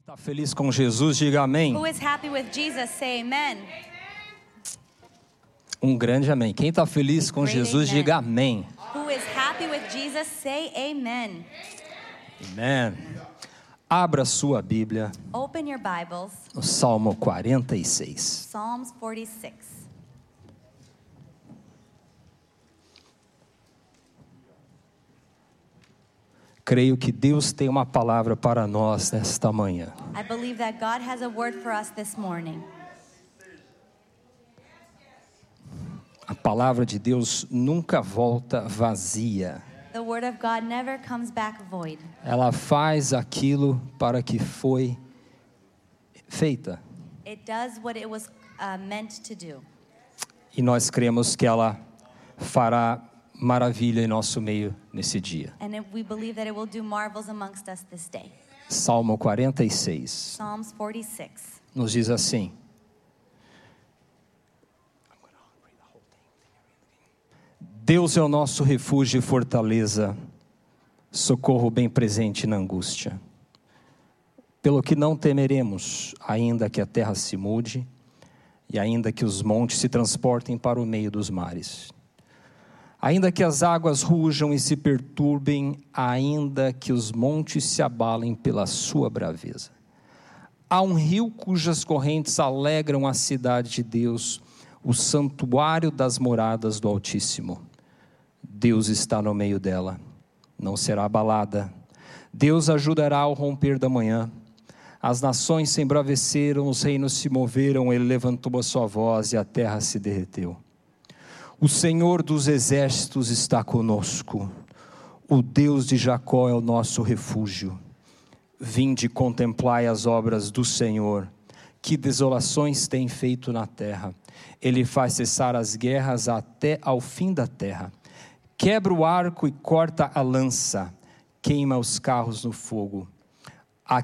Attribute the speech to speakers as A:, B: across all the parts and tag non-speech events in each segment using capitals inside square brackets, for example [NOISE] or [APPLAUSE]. A: Está tá feliz com Jesus? Diga amém.
B: Who is happy with Jesus? Say amen.
A: Um grande amém. Quem está feliz com
B: Great
A: Jesus,
B: amen.
A: diga amém.
B: Who is happy with Jesus? Say amen.
A: Amém. Abra sua Bíblia
B: Open your Bibles,
A: no Salmo 46.
B: Psalms 46.
A: Creio que Deus tem uma palavra para nós nesta manhã.
B: I believe that God has a word for us this morning.
A: A palavra de Deus nunca volta vazia.
B: The word of God never comes back void.
A: Ela faz aquilo para que foi feita.
B: It does what it was uh, meant to do.
A: E nós cremos que ela fará maravilha em nosso meio nesse dia.
B: And it, we believe that it will do marvels amongst us this day.
A: Salmo 46.
B: Psalms 46.
A: nos diz assim: Deus é o nosso refúgio e fortaleza, socorro bem presente na angústia. Pelo que não temeremos, ainda que a terra se mude e ainda que os montes se transportem para o meio dos mares. Ainda que as águas rujam e se perturbem, ainda que os montes se abalem pela sua braveza. Há um rio cujas correntes alegram a cidade de Deus, o santuário das moradas do Altíssimo. Deus está no meio dela, não será abalada. Deus ajudará ao romper da manhã. As nações se embraveceram, os reinos se moveram, ele levantou a sua voz e a terra se derreteu. O Senhor dos exércitos está conosco. O Deus de Jacó é o nosso refúgio. Vinde contemplai as obras do Senhor, que desolações tem feito na terra. Ele faz cessar as guerras até ao fim da terra. Quebra o arco e corta a lança, queima os carros no fogo.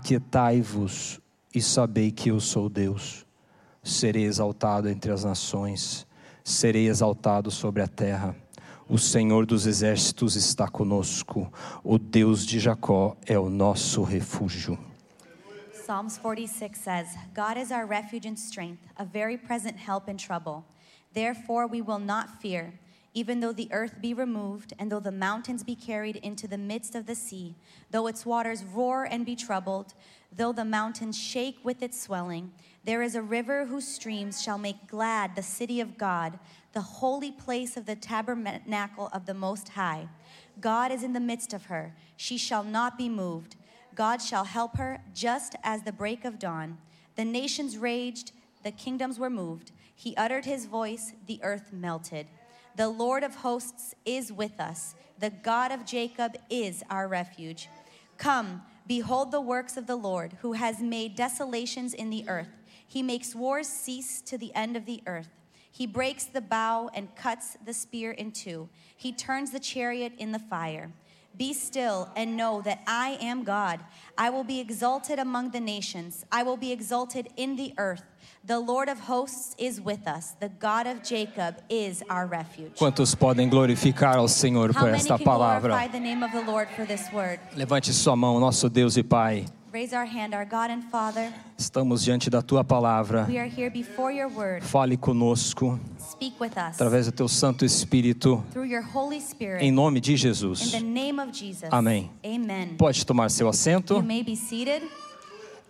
A: Aquietai-vos e sabei que eu sou Deus. Serei exaltado entre as nações, serei exaltado sobre a terra. O Senhor dos exércitos está conosco, o Deus de Jacó é o nosso refúgio.
B: Psalms 46 says, God is our refuge and strength, a very present help in trouble. Therefore, we will not fear, even though the earth be removed, and though the mountains be carried into the midst of the sea, though its waters roar and be troubled, though the mountains shake with its swelling. There is a river whose streams shall make glad the city of God, the holy place of the tabernacle of the Most High. God is in the midst of her, she shall not be moved. God shall help her just as the break of dawn. The nations raged, the kingdoms were moved. He uttered his voice, the earth melted. The Lord of hosts is with us, the God of Jacob is our refuge. Come, behold the works of the Lord, who has made desolations in the earth. He makes wars cease to the end of the earth. He breaks the bow and cuts the spear in two. He turns the chariot in the fire. Be still and know that I am God. I will be exalted among the nations. I will be exalted in the earth. The Lord of hosts is with us. The God of Jacob is our refuge.
A: Quantos podem glorificar ao Senhor
B: How
A: por
B: many
A: esta
B: can glorify
A: palavra?
B: the name of the Lord for this word?
A: Levante sua mão, nosso Deus e Pai.
B: Raise our hand, our God and Father.
A: Estamos diante da tua palavra.
B: We are here before your word.
A: Fale conosco
B: Speak with us
A: através do teu Santo Espírito,
B: through your Holy Spirit.
A: em nome de
B: In
A: Jesus.
B: the name of Jesus.
A: Amém.
B: Amen.
A: Pode tomar seu assento.
B: You may be seated.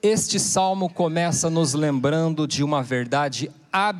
A: Este salmo começa nos lembrando de uma verdade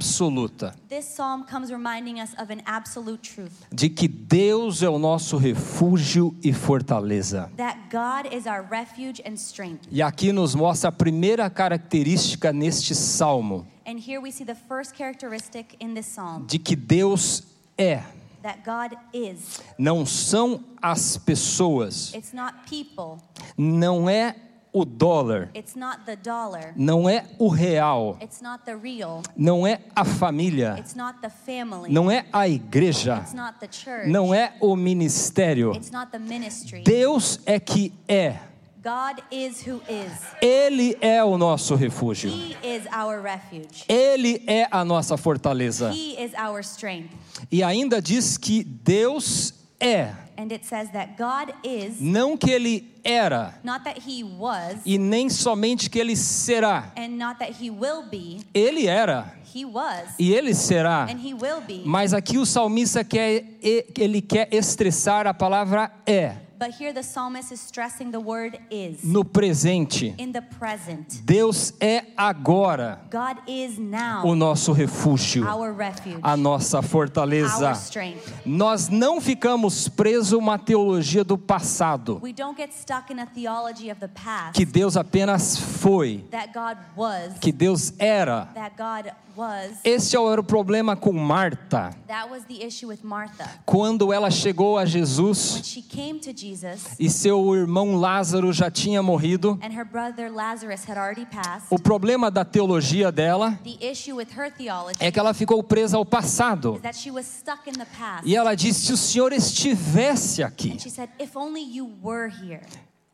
A: absoluta,
B: This psalm comes reminding us of an absolute truth
A: de que Deus é o nosso refúgio e fortaleza.
B: that God is our refuge and strength.
A: E aqui nos mostra a primeira característica neste salmo,
B: And here we see the first characteristic in this psalm
A: de que Deus é,
B: that God is.
A: não são as pessoas,
B: It's not people,
A: não é o dólar,
B: it's not the dollar,
A: não é o real,
B: it's not the real,
A: não é a família,
B: it's not the family,
A: não é a igreja,
B: it's not the church,
A: não é o ministério.
B: it's not the ministry.
A: Deus é que é.
B: God is who is.
A: Ele é o nosso refúgio.
B: He is our refuge.
A: Ele é a nossa fortaleza.
B: He is our strength.
A: E ainda diz que Deus é,
B: And it says that God is,
A: não que ele era
B: not that He was,
A: e nem somente que ele será.
B: and not that He will be,
A: Ele era
B: He was,
A: e ele será.
B: and He will be.
A: Mas aqui o salmista quer e- ele quer estressar a palavra é
B: But here the psalmist is stressing the word is,
A: no presente.
B: in the present.
A: Deus é agora
B: God is
A: o
B: now
A: nosso refúgio,
B: our refuge,
A: a nossa fortaleza.
B: our strength.
A: Nós não ficamos presos a uma teologia do passado,
B: We don't get stuck in a theology of the past
A: que Deus apenas foi,
B: that God was,
A: que Deus era.
B: that God was.
A: Este era o problema com Marta.
B: That was the issue with Martha.
A: Quando ela chegou a
B: When
A: Jesus
B: she came to Jesus
A: e seu irmão Lázaro já tinha morrido,
B: and her brother Lazarus had already passed,
A: o problema da teologia dela
B: the issue with her theology
A: é que ela ficou presa ao passado.
B: is that she was stuck in the past.
A: E ela disse: se o Senhor estivesse aqui,
B: And she said, If only you were here,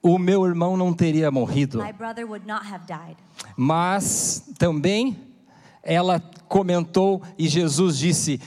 A: o meu irmão não teria morrido.
B: my brother would not have died.
A: Mas também ela comentou e Jesus disse: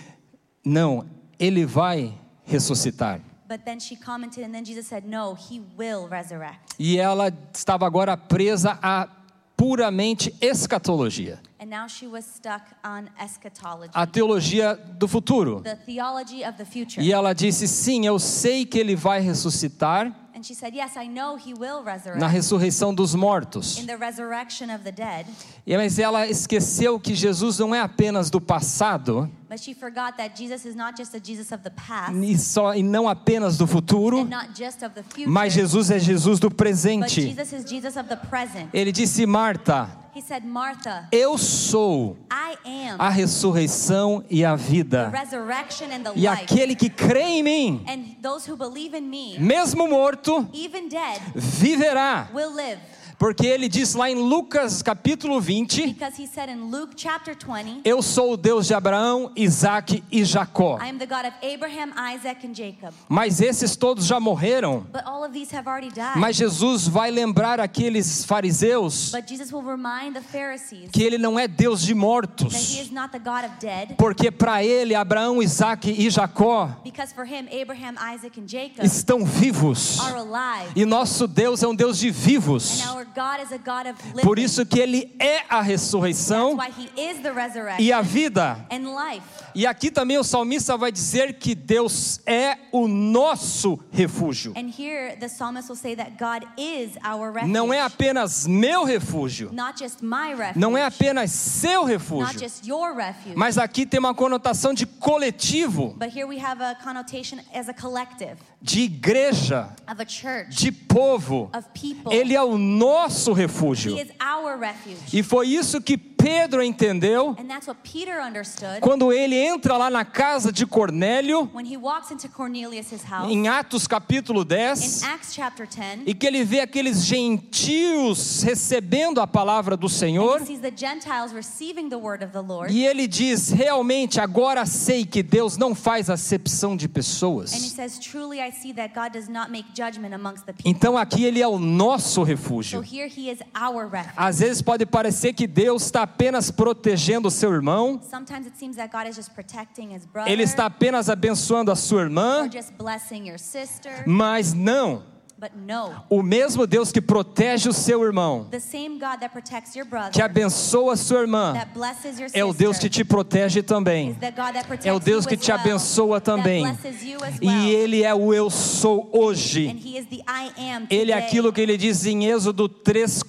A: Não, ele vai ressuscitar.
B: But then she commented, and then Jesus said, No, he will resurrect.
A: E ela estava agora presa a puramente escatologia,
B: And now she was stuck on eschatology,
A: a teologia do futuro.
B: the theology of the future.
A: E ela disse: Sim, eu sei que ele vai ressuscitar
B: And she said, Yes, I know he will
A: na
B: resurrect
A: ressurreição dos mortos.
B: in the resurrection of the dead.
A: E- Mas ela esqueceu que Jesus não é apenas do passado
B: But she forgot that Jesus is not just the Jesus of the past.
A: e, só, e não apenas do futuro,
B: and not just of the future.
A: mas Jesus é Jesus do
B: but
A: presente.
B: Jesus is Jesus of the present.
A: Ele disse: Marta,
B: He said, Martha,
A: eu sou
B: I am
A: a ressurreição e a
B: the
A: vida.
B: resurrection and the
A: E
B: life.
A: aquele que crê em mim,
B: And those who believe in me,
A: mesmo morto,
B: even dead,
A: viverá.
B: will live.
A: Porque ele diz lá em Lucas capítulo 20:
B: Because he said in Luke chapter 20,
A: Eu sou o Deus de Abraão, Isaac e Jacó.
B: I am the God of Abraham, Isaac, and Jacob.
A: Mas esses todos já morreram.
B: But all of these have already died.
A: Mas Jesus vai lembrar aqueles fariseus
B: but Jesus will remind the Pharisees
A: que ele não é Deus de
B: that he
A: mortos,
B: is not the God of dead.
A: porque para ele Abraão, Isaac e Jacó
B: Because for him, Abraham, Isaac, and Jacob
A: estão vivos.
B: are alive.
A: E nosso Deus é um Deus de
B: And
A: vivos.
B: our God is a God of living.
A: Por isso que ele é a
B: That's
A: ressurreição
B: why he is the resurrection.
A: e a vida.
B: and life.
A: E aqui também o salmista vai dizer que Deus é o nosso refúgio.
B: And here the psalmist will say that God is our refuge.
A: Não é apenas meu refúgio,
B: not just my refuge.
A: não é apenas seu
B: not
A: refúgio,
B: just your refuge.
A: mas aqui tem uma conotação de coletivo,
B: but here we have a connotation as a collective
A: de igreja,
B: of a church
A: de povo.
B: of é people.
A: Ele é o nosso refúgio.
B: he is our refuge.
A: E foi isso que Pedro entendeu
B: and that's what Peter understood
A: quando ele entra lá na casa de Cornélio
B: when he walks into Cornelius' house
A: em Atos capítulo
B: in
A: 10,
B: Acts chapter 10.
A: e que ele vê aqueles gentios recebendo a palavra do Senhor,
B: and he sees the Gentiles receiving the word of the Lord.
A: e ele diz: Realmente, agora sei que Deus não faz acepção de
B: and he
A: pessoas.
B: says, Truly I see that God does not make judgment amongst the people.
A: Então aqui ele é o nosso
B: so
A: refúgio.
B: here he is our refuge.
A: Às vezes pode parecer que Deus está apenas protegendo o seu irmão,
B: Sometimes it seems that God is just protecting his brother
A: ele está ¿eh? apenas abençoando a sua
B: or
A: irmã,
B: just blessing your sister.
A: mas não.
B: But no,
A: O mesmo Deus que protege o seu irmão,
B: the same God that protects your brother,
A: que abençoa a sua irmã,
B: that blesses your sister,
A: é o Deus que te protege também.
B: is the God that protects
A: É o Deus
B: you
A: que
B: as
A: te
B: well,
A: abençoa também.
B: That blesses you as well.
A: E Ele é o eu sou
B: and
A: hoje.
B: he is the I am today.
A: Ele é aquilo que ele diz em Êxodo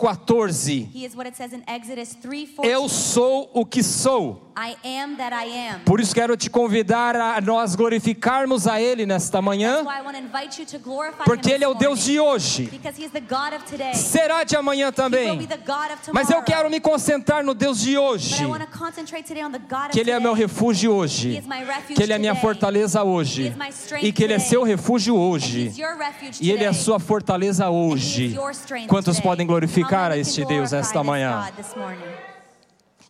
A: 3,14.
B: He is what it says in Exodus 3, 4.
A: Eu sou o que sou.
B: I am that I am.
A: Por isso quero te convidar a nós glorificarmos a Ele nesta manhã,
B: That's why I want to invite you to glorify
A: porque
B: him
A: Ele é o
B: this
A: Deus de
B: morning,
A: hoje.
B: Because he is the God of today.
A: Será de amanhã
B: He will be
A: também.
B: the God of tomorrow.
A: Mas eu quero me concentrar no Deus de
B: But
A: hoje,
B: I want to concentrate today on the God of
A: que Ele é
B: today.
A: meu refúgio
B: He
A: hoje,
B: is my refuge
A: que Ele é minha
B: today.
A: fortaleza hoje, e que Ele é seu refúgio
B: And
A: hoje.
B: he's your refuge
A: E Ele é a
B: today.
A: sua fortaleza
B: He
A: hoje.
B: is your strength
A: Quantos
B: today.
A: podem
B: How
A: glorificar
B: many
A: a
B: can
A: este Deus
B: glorify
A: esta
B: this
A: manhã?
B: God this morning?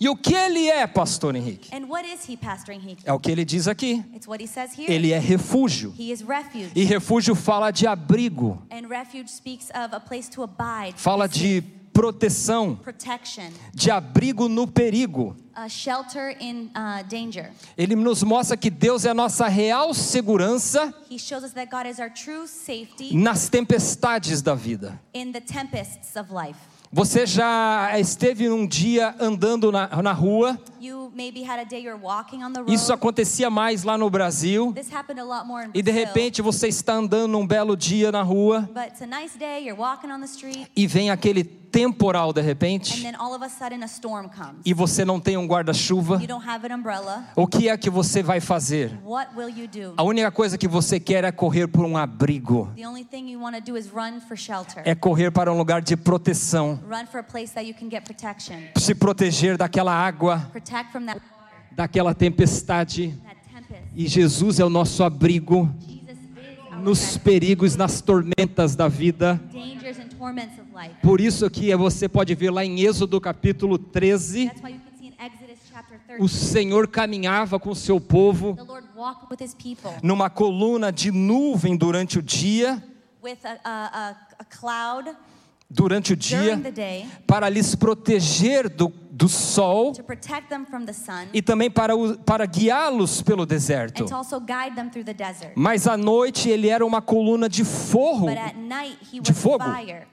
A: E o que Ele é, Pastor Henrique?
B: And what is he, Pastor Henrique?
A: É o que ele diz aqui.
B: It's what he says here.
A: Ele é refúgio.
B: He is refuge.
A: E refúgio fala de abrigo,
B: And refuge speaks of a place to abide.
A: fala de proteção,
B: protection,
A: de abrigo no perigo.
B: uh, shelter in uh, danger.
A: Ele nos mostra que Deus é a nossa real segurança
B: He shows us that God is our true safety
A: nas tempestades da vida.
B: in the tempests of life.
A: Você já esteve um dia andando na, na rua,
B: You maybe had a day you're walking on the road.
A: isso acontecia mais lá no Brasil,
B: This happened a lot more in
A: e de
B: Brazil.
A: repente você está andando um belo dia na rua
B: But it's a nice day, you're walking on the street,
A: e vem aquele temporal de
B: and
A: repente
B: then all of a sudden a storm comes.
A: e você não tem um guarda-chuva.
B: You don't have an umbrella.
A: O que é que você vai fazer?
B: What will you do?
A: A única coisa que você quer é correr por um abrigo,
B: The only thing you want to do is run for shelter.
A: é correr para um lugar de proteção,
B: Run for a place that you can get protection.
A: se proteger daquela água,
B: Protect from that water,
A: daquela tempestade.
B: that tempest.
A: E Jesus é o nosso abrigo
B: Jesus is our
A: nos
B: refuge,
A: perigos, nas tormentas da vida.
B: dangers and torments of life.
A: Por isso que é, você pode ver lá em Êxodo capítulo 13,
B: That's why you can see in Exodus chapter
A: o
B: 30,
A: Senhor caminhava com o seu povo
B: the Lord walked with his people
A: numa coluna de nuvem durante o dia,
B: with a, a, a, a cloud
A: durante o dia,
B: during the day
A: para lhes proteger do, do sol
B: to protect them from the sun
A: e também para, o- para guiá-los pelo deserto.
B: and to also guide them through the desert.
A: Mas à noite ele era uma coluna de forro
B: But at night, he
A: De
B: was
A: fogo.
B: fire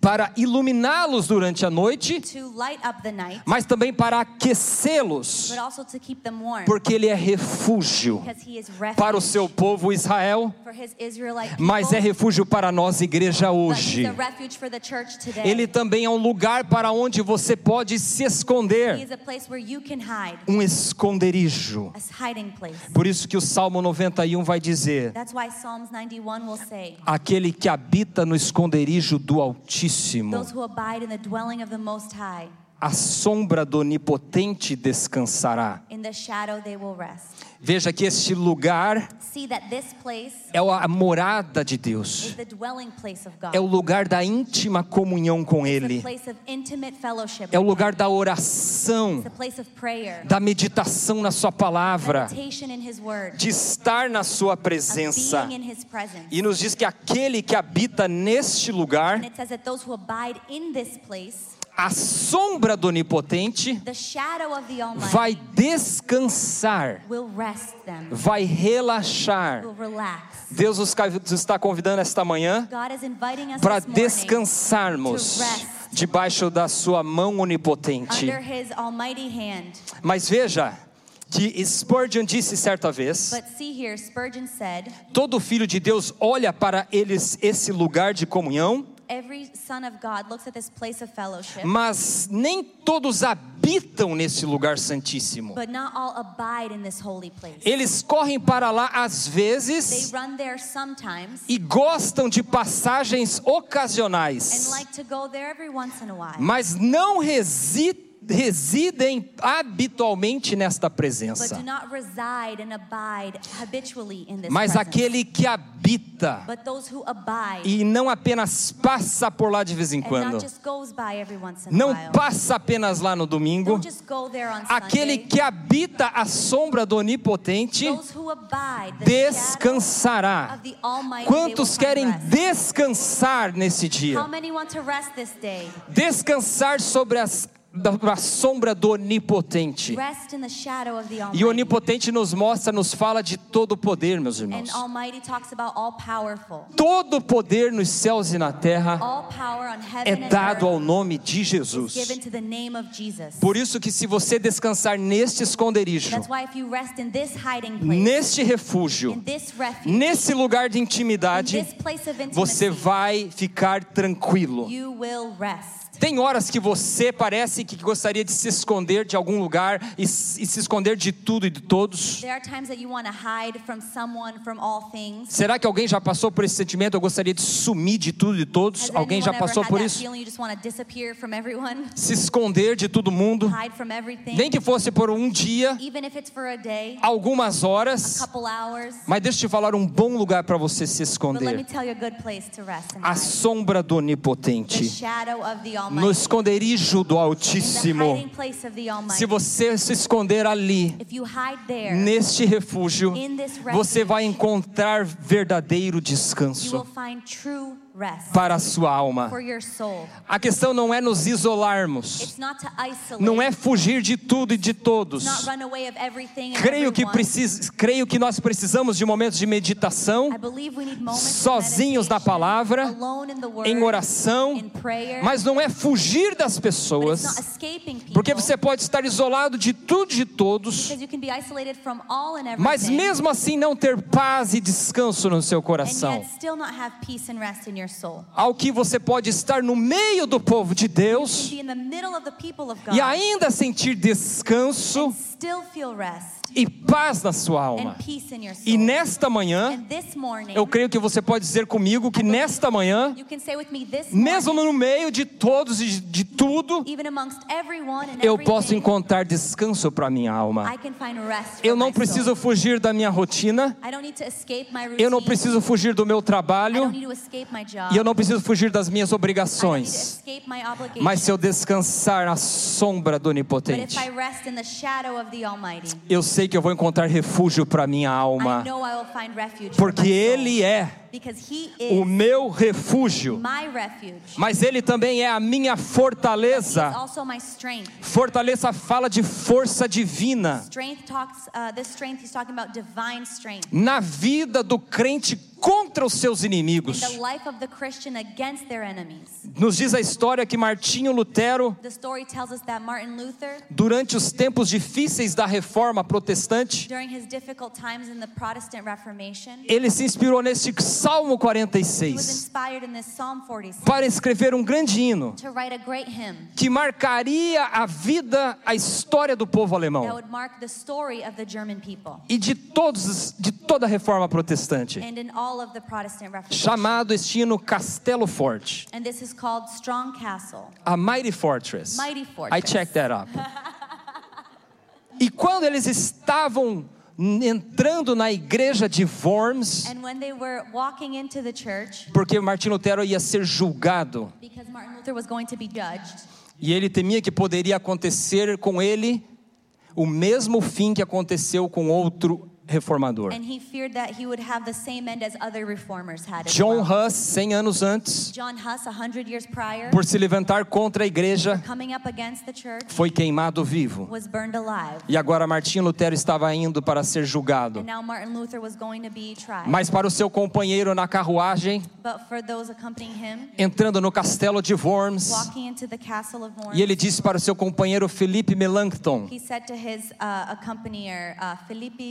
A: para iluminá-los durante a noite,
B: to light up the night,
A: mas também para aquecê-los,
B: but also to keep them warm
A: porque ele é refúgio
B: because he is
A: para o
B: refuge
A: seu povo Israel,
B: for his Israelite people.
A: mas é refúgio para nós, igreja,
B: but he's
A: hoje.
B: a refuge for the church today.
A: Ele também é um lugar para onde você pode se
B: He
A: esconder
B: is a place where you can hide,
A: um esconderijo.
B: a hiding place.
A: Por isso que o Salmo 91 vai dizer:
B: That's why Psalms 91 will say,
A: Aquele que habita no esconderijo do Altíssimo,
B: Those who abide in the dwelling of the Most High,
A: a sombra do Onipotente descansará.
B: in the shadow they will rest.
A: Veja que este lugar
B: See that this place
A: é a morada de
B: is
A: Deus,
B: the dwelling place of God,
A: é o lugar da íntima comunhão com
B: the
A: Ele,
B: place of intimate fellowship,
A: é o
B: with
A: lugar
B: Him.
A: da oração,
B: it's a place of prayer,
A: da meditação na Sua palavra,
B: meditation in His Word,
A: de estar na Sua
B: of
A: presença.
B: being in His presence.
A: E nos diz que aquele que habita neste
B: And
A: lugar,
B: it says that those who abide in this place,
A: a sombra do Onipotente
B: the shadow of the Almighty,
A: vai descansar,
B: will rest them,
A: vai relaxar.
B: will relax.
A: Deus nos ca- nos está convidando esta manhã
B: God is inviting us
A: para
B: this morning
A: descansarmos
B: to rest.
A: debaixo da sua mão onipotente.
B: under His almighty hand.
A: Mas veja que Spurgeon disse certa vez:
B: But see here, Spurgeon said,
A: todo filho de Deus olha para eles esse lugar de comunhão,
B: Every son of God looks at this place of fellowship,
A: mas nem todos habitam nesse lugar santíssimo.
B: but not all abide in this holy place.
A: Eles correm para lá às
B: They
A: vezes
B: run there sometimes
A: e gostam de passagens
B: and
A: ocasionais,
B: like to go there every once in a while,
A: mas não resi- residem habitualmente nesta
B: but do
A: presença.
B: not reside and abide habitually in this
A: Mas
B: presence.
A: aquele que habita
B: But those who abide
A: e não apenas passa por lá de vez em
B: and
A: quando,
B: not just goes by every once in a
A: não
B: while.
A: passa apenas lá no domingo,
B: Don't just go there on
A: aquele
B: Sunday.
A: que habita a sombra do Onipotente
B: Those who abide, the shadow
A: descansará.
B: of the Almighty, they will
A: Quantos
B: find
A: querem
B: rest.
A: descansar nesse dia?
B: How many want to rest this day?
A: descansar sobre as- da- a sombra do Onipotente.
B: Rest in the shadow of the Almighty.
A: E o Onipotente nos mostra, nos fala de todo o poder, meus
B: And
A: irmãos.
B: Almighty talks about all powerful.
A: Todo o poder nos céus e na terra
B: All power on
A: é
B: heaven and
A: dado
B: earth
A: ao nome de
B: is given
A: Jesus.
B: to the name of Jesus.
A: Por isso que se você descansar neste esconderijo,
B: That's why if you rest in this hiding place,
A: neste refúgio,
B: in this refuge,
A: nesse lugar de
B: in
A: intimidade,
B: this place of
A: você
B: intimacy,
A: vai ficar tranquilo.
B: you will rest.
A: Tem horas que você parece que gostaria de se esconder de algum lugar e, s- e se esconder de tudo e de todos.
B: There are times that you want to hide from someone, from all things.
A: Será que alguém já passou por esse sentimento? Eu gostaria de sumir de tudo e de todos.
B: Has
A: Alguém já
B: anyone ever
A: passou
B: had
A: por
B: that
A: isso?
B: feeling you just want to disappear
A: [LAUGHS]
B: from everyone,
A: Se esconder de todo mundo,
B: hide from everything,
A: nem que fosse por um dia,
B: even if it's for a day,
A: algumas
B: a
A: horas.
B: couple hours?
A: Mas deixa eu te falar um bom lugar para você se
B: But let me
A: esconder.
B: tell you a good place to rest and
A: A
B: hide.
A: sombra do
B: The
A: Onipotente,
B: shadow of
A: no
B: the Almighty.
A: esconderijo do
B: In the hiding
A: Altíssimo.
B: place of the Almighty.
A: Se você se esconder ali,
B: If you hide there,
A: neste refúgio,
B: In this refuge,
A: você vai encontrar verdadeiro
B: you will
A: descanso.
B: find true rest
A: para a sua alma.
B: for your soul.
A: A questão não é nos isolarmos,
B: It's not to isolate,
A: não é fugir de tudo e de
B: it's
A: todos.
B: not run away of everything. And
A: Creio que,
B: everyone.
A: precis, creio que nós precisamos de momentos de meditação,
B: I believe we need moments of
A: sozinhos na
B: meditation,
A: palavra,
B: alone in the word,
A: em oração,
B: in prayer,
A: mas não é fugir das
B: but it's not
A: pessoas,
B: escaping people,
A: porque você pode estar isolado de tudo e de todos,
B: because you can be isolated from all and everything,
A: mas mesmo assim não ter paz e descanso no seu
B: and
A: coração.
B: yet still not have peace and rest in your soul.
A: Ao que você pode estar no meio do povo de Deus
B: Be in the middle of the people of God
A: e ainda sentir descanso
B: and still feel rest
A: e paz na sua alma.
B: and peace in your soul.
A: E nesta manhã,
B: and this morning,
A: eu creio que você pode dizer comigo que nesta manhã,
B: you can say with me this
A: mesmo
B: morning,
A: no meio de todos e de- de tudo,
B: even amongst everyone and
A: eu
B: everything,
A: posso encontrar descanso para minha alma.
B: I can find rest for
A: Eu não
B: my soul.
A: preciso fugir da minha rotina,
B: I don't need to escape my routine.
A: eu não preciso fugir do meu
B: I don't
A: trabalho
B: need to escape my job.
A: e eu não preciso fugir das minhas
B: I don't need to
A: obrigações.
B: escape my obligation.
A: Mas se eu descansar na sombra do
B: But if
A: Onipotente,
B: I rest in the shadow of the Almighty,
A: eu sei que eu vou encontrar refúgio para minha
B: I
A: alma,
B: know I will find refuge for
A: porque
B: my soul.
A: Ele é
B: because He
A: o
B: is
A: meu refúgio,
B: my refuge.
A: mas Ele também é a minha
B: He is
A: fortaleza.
B: also my strength.
A: Fortaleza fala de força divina.
B: Strength talks. Uh, this strength he's talking about divine strength.
A: na vida do crente contra os seus inimigos.
B: The life of the Christian against their enemies.
A: Nos diz a história que Martinho Lutero,
B: The story tells us that Martin Luther,
A: durante os tempos difíceis da reforma protestante,
B: during his difficult times in the Protestant Reformation,
A: ele se inspirou nesse Salmo
B: he was
A: 46
B: inspired in this Psalm 46
A: para escrever um grande hino
B: to write a great hymn
A: que marcaria a vida, a história do povo
B: that
A: alemão
B: would mark the story of the German people
A: e de todos os- de toda a reforma protestante,
B: and in all of the Protestant Reformation.
A: chamado este hino Castelo Forte,
B: And this is called Strong Castle.
A: a Mighty Fortress.
B: Mighty
A: I
B: Fortress.
A: checked that
B: [LAUGHS]
A: up. E quando eles estavam entrando na igreja de Worms,
B: And when they were walking into the church,
A: porque Martin Lutero ia ser julgado
B: because Martin Luther was going to be judged,
A: e ele temia que poderia acontecer com ele o mesmo fim que aconteceu com outro reformador.
B: and he feared that he would have the same end as other reformers had. As
A: John
B: well.
A: Huss, 100 anos antes,
B: John Huss, 100 years prior,
A: por se levantar contra a igreja,
B: coming up against the church,
A: foi queimado vivo.
B: was burned alive.
A: E agora Martin Lutero estava indo para ser
B: And
A: julgado.
B: now Martin Luther was going to be tried.
A: Mas para o seu companheiro na carruagem,
B: but for those accompanying him,
A: entrando no castelo de Worms,
B: walking into the castle of Worms,
A: E ele disse para o seu companheiro Felipe Melanchthon,
B: he said to his uh, accompanier, uh, Felipe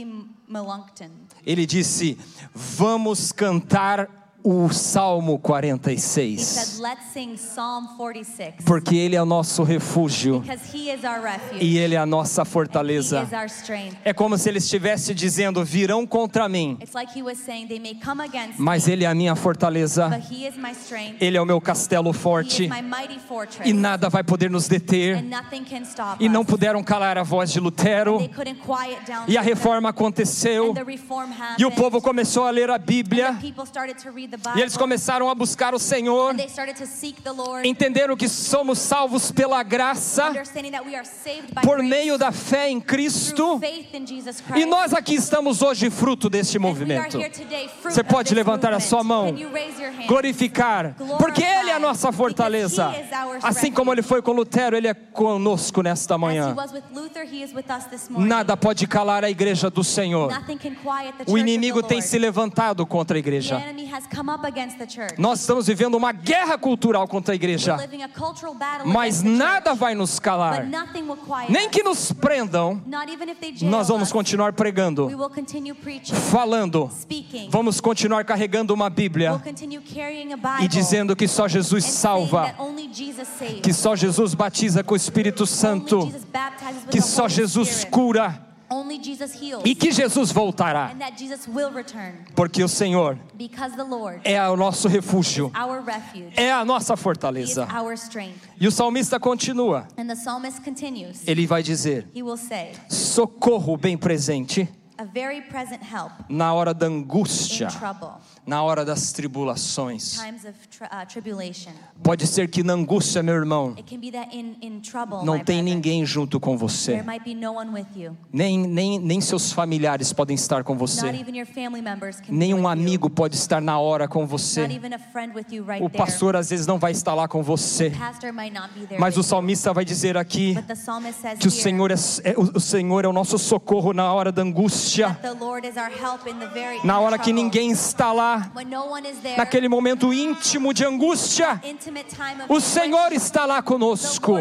B: Melanchthon,
A: ele disse: "Vamos cantar o Salmo
B: he said,
A: 46,
B: Let's sing Psalm 46
A: porque ele é o nosso refúgio
B: because he is our refuge.
A: e ele é a nossa
B: He
A: fortaleza."
B: is our strength.
A: É como se ele estivesse dizendo: "Virão contra mim,
B: It's like he was saying, they may come against me,
A: mas ele é a minha
B: but
A: fortaleza,
B: he is my strength.
A: ele é o meu castelo
B: He
A: forte
B: is my mighty fortress.
A: e nada vai poder nos deter."
B: and nothing can stop
A: E não
B: us.
A: puderam calar a voz de Lutero,
B: They couldn't quiet down.
A: e a
B: the-
A: reforma aconteceu,
B: and the reform happened.
A: e o povo começou a ler a Bíblia.
B: And the people started to read the Bible.
A: E eles começaram a buscar o Senhor,
B: And they started to seek the Lord,
A: entenderam que somos salvos pela graça,
B: understanding that we are saved by
A: por
B: grace
A: meio da fé em
B: through
A: Cristo.
B: faith in Jesus Christ.
A: E nós aqui estamos hoje fruto deste
B: And we are
A: movimento.
B: here today, fruit
A: Você
B: of
A: pode
B: this
A: levantar a
B: movement.
A: sua mão,
B: Can you raise your hand?
A: Glorificar, porque Ele é a nossa fortaleza. Assim como Ele foi com Lutero, Ele é conosco nesta
B: As he
A: manhã.
B: was with Luther, he is with us this morning.
A: Nada pode calar a igreja do Senhor.
B: Nothing can quiet the church
A: O
B: of
A: inimigo
B: the
A: tem
B: Lord.
A: se levantado contra a
B: The
A: igreja.
B: enemy has come up against the church.
A: Nós estamos vivendo uma guerra cultural contra a
B: We're
A: igreja,
B: living a cultural battle
A: mas
B: against the
A: nada
B: church,
A: vai nos
B: but
A: calar.
B: nothing will quiet
A: Nem
B: us.
A: que nos prendam,
B: Not even if they jail
A: nós vamos
B: us,
A: continuar
B: we
A: pregando,
B: will continue preaching,
A: falando,
B: speaking.
A: vamos continuar carregando uma
B: we'll
A: Bíblia
B: continue carrying a Bible
A: e dizendo que só Jesus
B: and
A: salva,
B: saying that only Jesus saves.
A: que só Jesus batiza com o Espírito
B: only
A: Santo,
B: Jesus baptizes with
A: que
B: the
A: só
B: Holy
A: Jesus
B: Spirit.
A: cura
B: Only Jesus heals.
A: e que Jesus voltará,
B: and that Jesus will return
A: porque o Senhor
B: because the Lord
A: é o nosso refúgio,
B: our refuge.
A: é a nossa
B: He is
A: fortaleza.
B: our strength.
A: E o salmista continua,
B: And the psalmist continues.
A: ele vai dizer:
B: He will say,
A: socorro bem presente
B: a very present help
A: na hora da
B: in
A: angústia,
B: trouble,
A: na hora das tribulações.
B: times of tri- uh, tribulation.
A: Pode ser que na angústia, meu irmão,
B: It can be that in, in trouble, my
A: não tem
B: brother,
A: ninguém junto com
B: there
A: você.
B: might be no one with you.
A: Nem, nem, nem seus familiares podem estar com
B: Not
A: você.
B: even your family members can be
A: Nenhum
B: with you.
A: amigo pode estar na hora com
B: Not
A: você.
B: even a friend with you right
A: O
B: there.
A: pastor às vezes não vai estar lá com você.
B: Pastor might not be there.
A: Mas o
B: with you.
A: salmista vai dizer aqui
B: But the psalmist says
A: que o
B: here
A: Senhor é, é- o o Senhor é o nosso socorro na hora da angústia,
B: that the Lord is our help in the very
A: na hora que
B: trouble.
A: ninguém está lá,
B: When no one is there,
A: naquele momento íntimo de angústia.
B: intimate time of
A: O Senhor está lá conosco.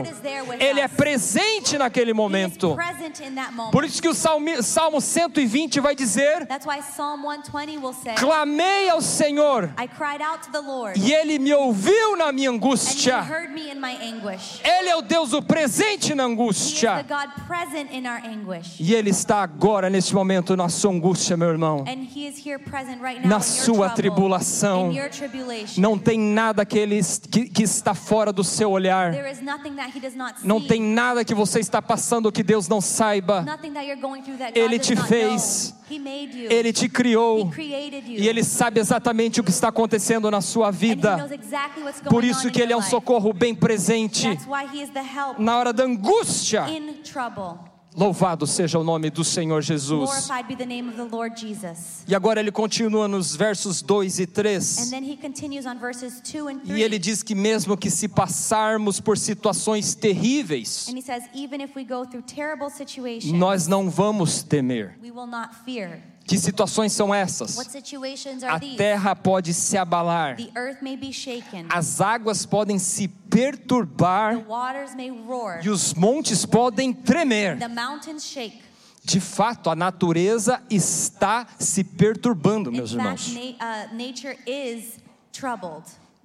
A: Ele é presente naquele
B: He is
A: momento.
B: present in that moment.
A: Por isso que o Salmi- Salmo 120 vai dizer:
B: That's why Psalm 120 will say,
A: Clamei ao Senhor
B: I cried out to the Lord,
A: e ele me ouviu na minha
B: and He
A: angústia.
B: heard me in my anguish.
A: Ele é o Deus do presente na
B: He is the
A: angústia.
B: God present in our anguish.
A: E ele está agora neste momento na sua angústia, meu irmão.
B: And He is here present right now
A: Na
B: in
A: sua
B: your trouble,
A: tribulação.
B: in your tribulation.
A: Não tem nada que ele que, que está fora do seu olhar.
B: There is nothing that He does not see.
A: Não tem nada que você está passando que Deus não saiba.
B: nothing that you're going through that God
A: Ele
B: does
A: te
B: not
A: fez.
B: know. He made you.
A: Ele te
B: He
A: criou
B: created you.
A: e ele sabe exatamente o que está acontecendo na sua
B: And he knows
A: vida.
B: exactly what's going
A: Por isso
B: on
A: que
B: in
A: ele é
B: your
A: um
B: life.
A: socorro bem presente
B: That's why he is the help
A: na hora da angústia.
B: in trouble.
A: Louvado seja o nome do Senhor Jesus.
B: Glorified be the name of the Lord Jesus.
A: E agora ele continua nos versos 2 e
B: And
A: 3.
B: then he continues on verses 2 and 3.
A: E ele diz que mesmo que se passarmos por situações terríveis,
B: and he says, even if we go through terrible situations,
A: nós não vamos temer.
B: we will not fear.
A: Que situações são essas?
B: What situations are
A: A
B: these?
A: terra pode se abalar,
B: The earth may be shaken,
A: as águas podem se
B: the
A: perturbar
B: waters may roar,
A: e os montes podem tremer.
B: the mountains shake.
A: De fato, a natureza está se perturbando, meus
B: In fact,
A: irmãos.
B: na- uh, nature is troubled.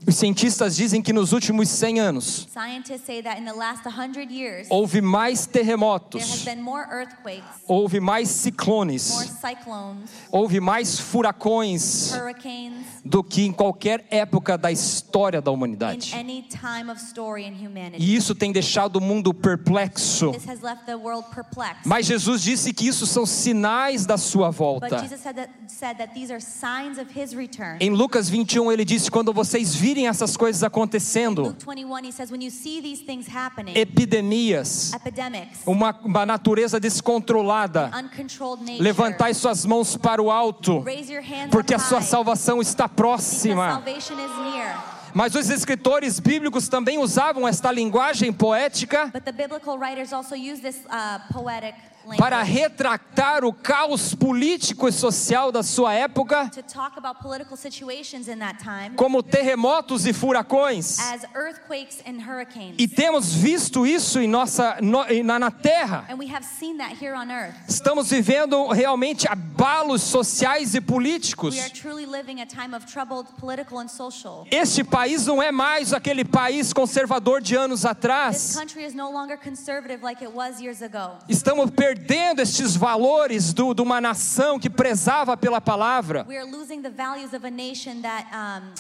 A: Os cientistas dizem que nos últimos 100 anos
B: Scientists say that in the last 100 years,
A: houve mais
B: there has
A: terremotos,
B: been more earthquakes,
A: houve mais
B: more
A: ciclones,
B: cyclones,
A: houve mais furacões
B: hurricanes
A: do que em qualquer época da história da
B: in
A: humanidade.
B: any time of story in humanity.
A: E isso tem deixado o mundo perplexo.
B: This has left the world perplexed.
A: Mas Jesus disse que isso são sinais da sua
B: But
A: volta.
B: Jesus said that, said that these are signs of his return.
A: Em Lucas 21, ele disse: quando vocês virem essas coisas acontecendo,
B: Luke 21, he says, when you see these things happening,
A: epidemias,
B: epidemics,
A: uma, uma natureza descontrolada,
B: uncontrolled nature,
A: levantai suas mãos para o alto,
B: raise your hands
A: porque a
B: up
A: sua
B: high,
A: salvação está
B: because
A: próxima.
B: salvation is near.
A: Mas os escritores bíblicos também usavam esta linguagem poética
B: But the biblical writers also use this uh, poetic
A: para
B: language
A: retratar o caos político e social da sua época,
B: to talk about political situations in that time
A: como terremotos e furacões.
B: as earthquakes and hurricanes.
A: E temos visto isso em nossa, no- em- na, na terra.
B: And we have seen that here on earth.
A: Estamos vivendo realmente abalos sociais e
B: We are
A: políticos.
B: truly living a time of troubled political and social.
A: Este país não é mais aquele país conservador de anos
B: This
A: atrás.
B: country is no longer conservative like it was years ago.
A: Estamos perdendo estes valores do- de uma nação que prezava pela palavra.
B: We are losing the values of a nation that um,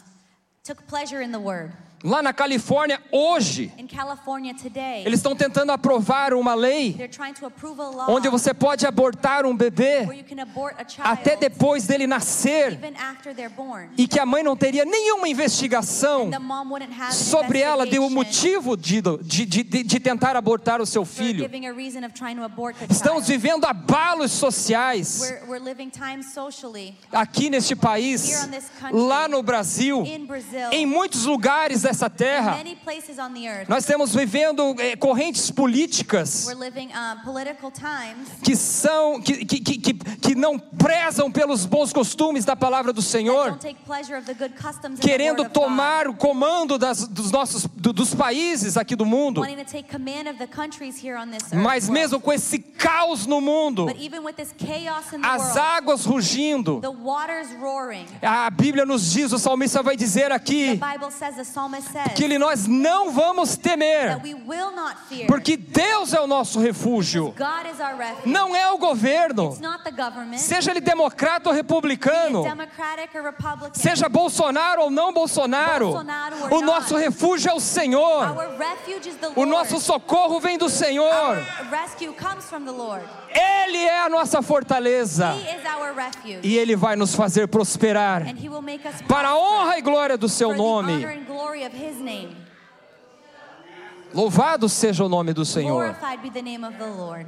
B: took pleasure in the word.
A: Lá na Califórnia, hoje,
B: In California today,
A: eles estão tentando aprovar uma lei
B: they're trying to approve a law
A: onde você pode abortar um
B: where
A: bebê
B: you can abort a child
A: até depois dele nascer
B: even after they're born.
A: e que a mãe não teria nenhuma investigação
B: The mom wouldn't have an
A: sobre ela deu o
B: investigation
A: motivo de, de, de, de tentar abortar o seu
B: for
A: filho.
B: giving a reason of trying to abort the
A: Estamos
B: child.
A: vivendo abalos sociais
B: We're, we're living time socially
A: aqui neste país,
B: Here on this country,
A: lá no Brasil,
B: in Brazil,
A: em muitos lugares dessa terra.
B: many places on the earth.
A: Nós estamos vivendo eh, correntes políticas
B: We're living um, political times
A: que são que, que, que, que- que não prezam pelos bons costumes da palavra do Senhor,
B: don't take pleasure of the good customs and the word
A: querendo
B: of God,
A: tomar o comando das- dos nossos do- dos países aqui do mundo.
B: wanting to take command of the countries here on this earth.
A: Mas
B: world.
A: mesmo com esse caos no mundo,
B: but even with this chaos in the
A: as
B: world,
A: águas rugindo.
B: the waters roaring.
A: A Bíblia nos diz, o salmista vai dizer
B: The
A: aqui,
B: Bible says the psalmist Joshua says
A: que ele- nós não vamos
B: that
A: temer,
B: we will not fear
A: porque Deus é o nosso refúgio,
B: God is our refuge.
A: não é o governo,
B: It's not the government.
A: seja ele democrata ou republicano,
B: Democratic or Republican.
A: seja Bolsonaro ou não Bolsonaro,
B: Bolsonaro or
A: o
B: not.
A: nosso refúgio é o Senhor,
B: Our refuge is the
A: o
B: Lord.
A: nosso socorro vem do Senhor,
B: Our rescue comes from the Lord.
A: Ele é a nossa fortaleza
B: He is our refuge.
A: e Ele vai nos fazer prosperar
B: And he will make us
A: para a honra e glória do
B: for
A: Seu
B: the honor
A: nome.
B: and glory of his name.
A: Louvado seja o nome do Senhor.
B: Glorified be the name of the Lord.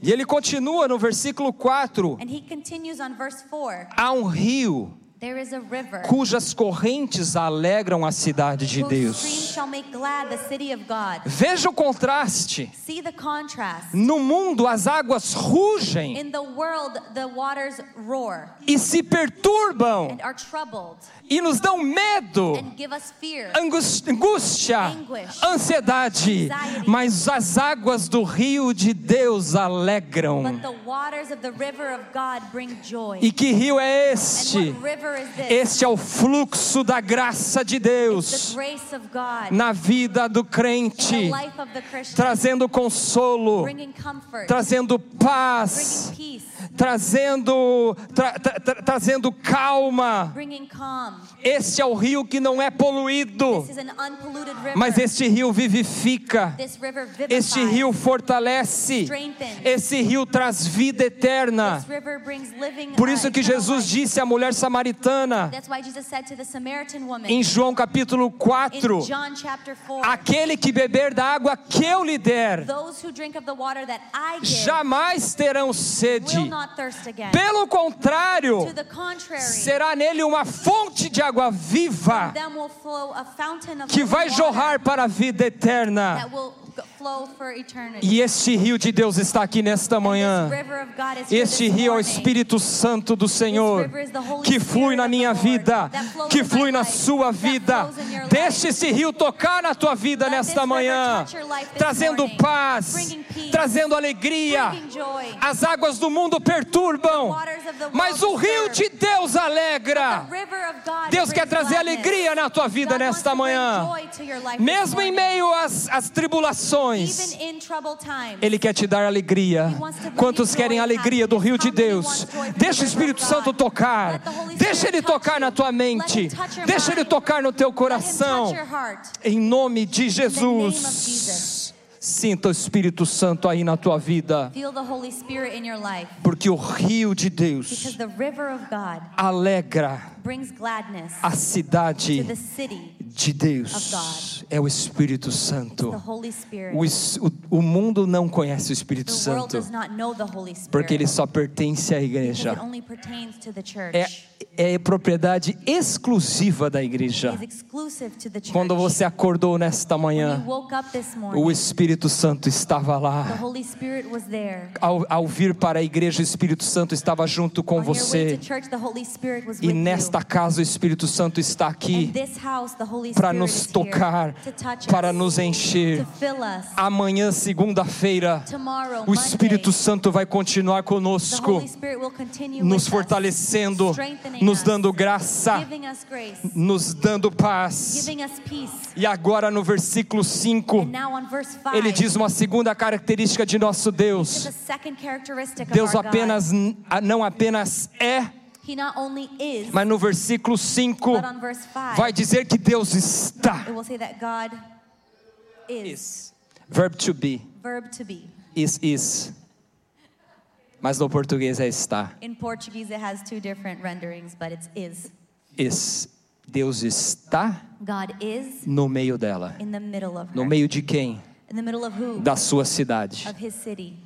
A: E ele continua no versículo 4:
B: And he continues on verse 4.
A: há um rio
B: There is a river
A: cujas correntes alegram a cidade de
B: whose stream
A: Deus.
B: shall make glad the city of God.
A: Veja o contraste.
B: See the contrast.
A: No mundo as águas rugem
B: In the world, the waters roar
A: e se perturbam
B: and are troubled
A: e nos dão medo,
B: and give us fear.
A: angus- angústia,
B: Anguish.
A: ansiedade,
B: Anxiety.
A: mas as águas do rio de Deus alegram.
B: But the waters of the river of God bring joy.
A: E que rio é
B: And
A: este?
B: what river is this?
A: Este é o fluxo da graça de Deus.
B: The grace of God.
A: na vida do
B: The
A: crente,
B: life of the Christian.
A: trazendo consolo,
B: Bringing comfort.
A: trazendo paz,
B: Bringing peace.
A: trazendo, tra- tra- tra- trazendo calma.
B: Bringing calm.
A: Este é o rio que não é poluído,
B: This is an unpolluted river.
A: mas este rio vivifica.
B: This river
A: Este
B: vivifies.
A: rio fortalece, esse rio traz vida eterna.
B: This river brings living
A: Por
B: uh,
A: isso que
B: eternal
A: Jesus
B: life.
A: disse à mulher samaritana,
B: That's why Jesus said to the Samaritan woman
A: em João capítulo
B: in
A: 4,
B: John chapter 4,
A: aquele que beber da água que eu lhe der,
B: those who drink of the water that I give
A: jamais terão sede.
B: will not thirst again.
A: Pelo
B: To
A: contrário,
B: the contrary,
A: será nele uma fonte de água viva
B: from them will flow a fountain of
A: que
B: living
A: vai
B: water
A: jorrar para a vida eterna.
B: that will g- flow for eternity.
A: E este rio de Deus está aqui nesta manhã.
B: This river of God is here
A: Este
B: this
A: rio é o
B: morning.
A: Espírito Santo do Senhor
B: river is the Holy
A: que flui
B: Spirit
A: na
B: of the
A: minha
B: Lord
A: vida,
B: that flows
A: que
B: in
A: flui
B: my
A: na
B: life,
A: sua
B: that
A: vida.
B: flows in your life.
A: Deixe esse rio tocar na tua vida
B: Let this
A: nesta
B: river
A: manhã,
B: touch your life this
A: trazendo
B: morning,
A: paz,
B: bringing peace,
A: trazendo alegria.
B: bringing joy.
A: As águas do mundo perturbam,
B: The waters of the world
A: mas o rio de
B: disturb.
A: Deus alegra.
B: The river of God
A: Deus quer
B: brings
A: trazer
B: gladness.
A: alegria na tua vida
B: God wants
A: nesta
B: to bring
A: manhã.
B: joy to your life this
A: Mesmo em
B: morning.
A: meio às, às tribulações,
B: Even in trouble times.
A: Ele quer te dar alegria.
B: He wants to bring you
A: Quantos
B: joy
A: querem a
B: and
A: alegria do rio de
B: happiness. How many
A: Deus?
B: wants joy
A: Deixa
B: from
A: o
B: the river of
A: Espírito Santo
B: God?
A: tocar.
B: Let the Holy
A: Deixa
B: Spirit
A: Ele tocar
B: touch
A: na
B: you.
A: tua
B: Let him
A: mente.
B: touch your
A: Deixa Ele
B: mind.
A: tocar no teu
B: Let him touch
A: é coração.
B: your heart.
A: Em nome de
B: name of
A: Jesus.
B: Jesus.
A: Sinta o Espírito Santo aí na tua vida.
B: Feel the Holy Spirit in your life.
A: Porque o rio de
B: Because
A: Deus
B: the river of God
A: alegra
B: brings gladness
A: a cidade
B: to the city,
A: de Deus. É o Espírito Santo.
B: the Holy Spirit.
A: O, es- o- o mundo não conhece o Espírito
B: the world
A: Santo
B: does not know the Holy Spirit.
A: porque ele só pertence à
B: because it
A: igreja.
B: only pertains to the church.
A: É, é propriedade exclusiva da
B: It
A: igreja.
B: is exclusive to the church.
A: Quando você acordou nesta
B: When
A: manhã,
B: you woke up this morning,
A: o Espírito Santo estava
B: the
A: lá.
B: Holy Spirit was there.
A: Ao, ao vir para a igreja, o Espírito Santo estava junto com
B: On your way
A: você.
B: to church, the Holy Spirit was
A: E
B: with
A: nesta
B: you.
A: casa, o Espírito Santo está
B: In
A: aqui
B: this house, the Holy
A: para
B: Spirit
A: nos
B: is here
A: tocar,
B: to touch
A: para
B: us,
A: nos
B: to
A: encher.
B: fill us.
A: Amanhã, segunda-feira,
B: Tomorrow,
A: o Espírito
B: Monday,
A: Santo vai continuar
B: the
A: conosco.
B: Holy Spirit will continue
A: nos
B: with us,
A: fortalecendo,
B: strengthening
A: nos
B: us,
A: dando tá. graça,
B: giving us grace,
A: nos dando paz.
B: giving us peace.
A: E agora no versículo 5,
B: And now on verse 5,
A: ele diz uma segunda característica de nosso Deus.
B: the second characteristic
A: Deus
B: of our God.
A: apenas não apenas é,
B: He not only is,
A: mas no versículo 5
B: but on verse 5,
A: vai dizer que Deus está.
B: it will say that God is,
A: Verb to be.
B: verb to be.
A: Is is. Mas no português é está.
B: In Portuguese, it has two different renderings, but it's is.
A: Is. Deus está
B: God is
A: no meio dela.
B: in the middle of
A: No
B: her.
A: meio de quem?
B: In the middle of who?
A: Da sua cidade.
B: Of his city.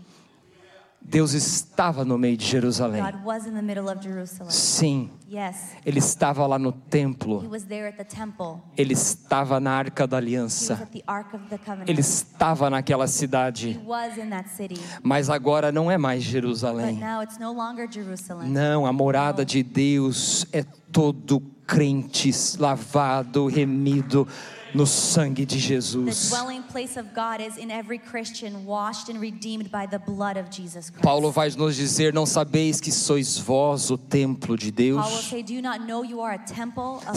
A: Deus estava no meio de Jerusalém.
B: God was in the middle of Jerusalem.
A: Sim,
B: Yes,
A: ele estava lá no
B: he
A: templo.
B: was there at the temple.
A: Ele estava na arca da
B: He was
A: aliança.
B: at the Ark of the Covenant.
A: Ele estava naquela
B: He
A: cidade.
B: was in that city.
A: Mas agora não é mais
B: But
A: Jerusalém.
B: now it's no longer Jerusalem.
A: Não, a morada de Deus é todo crente lavado, remido no sangue de
B: The
A: Jesus.
B: dwelling place of God is in every Christian, washed and redeemed by the blood of Jesus Christ.
A: Paulo vai nos dizer: Não sabeis que sois vós o templo de
B: Paul will
A: Deus,
B: say, Do you not know you are a temple of the living God,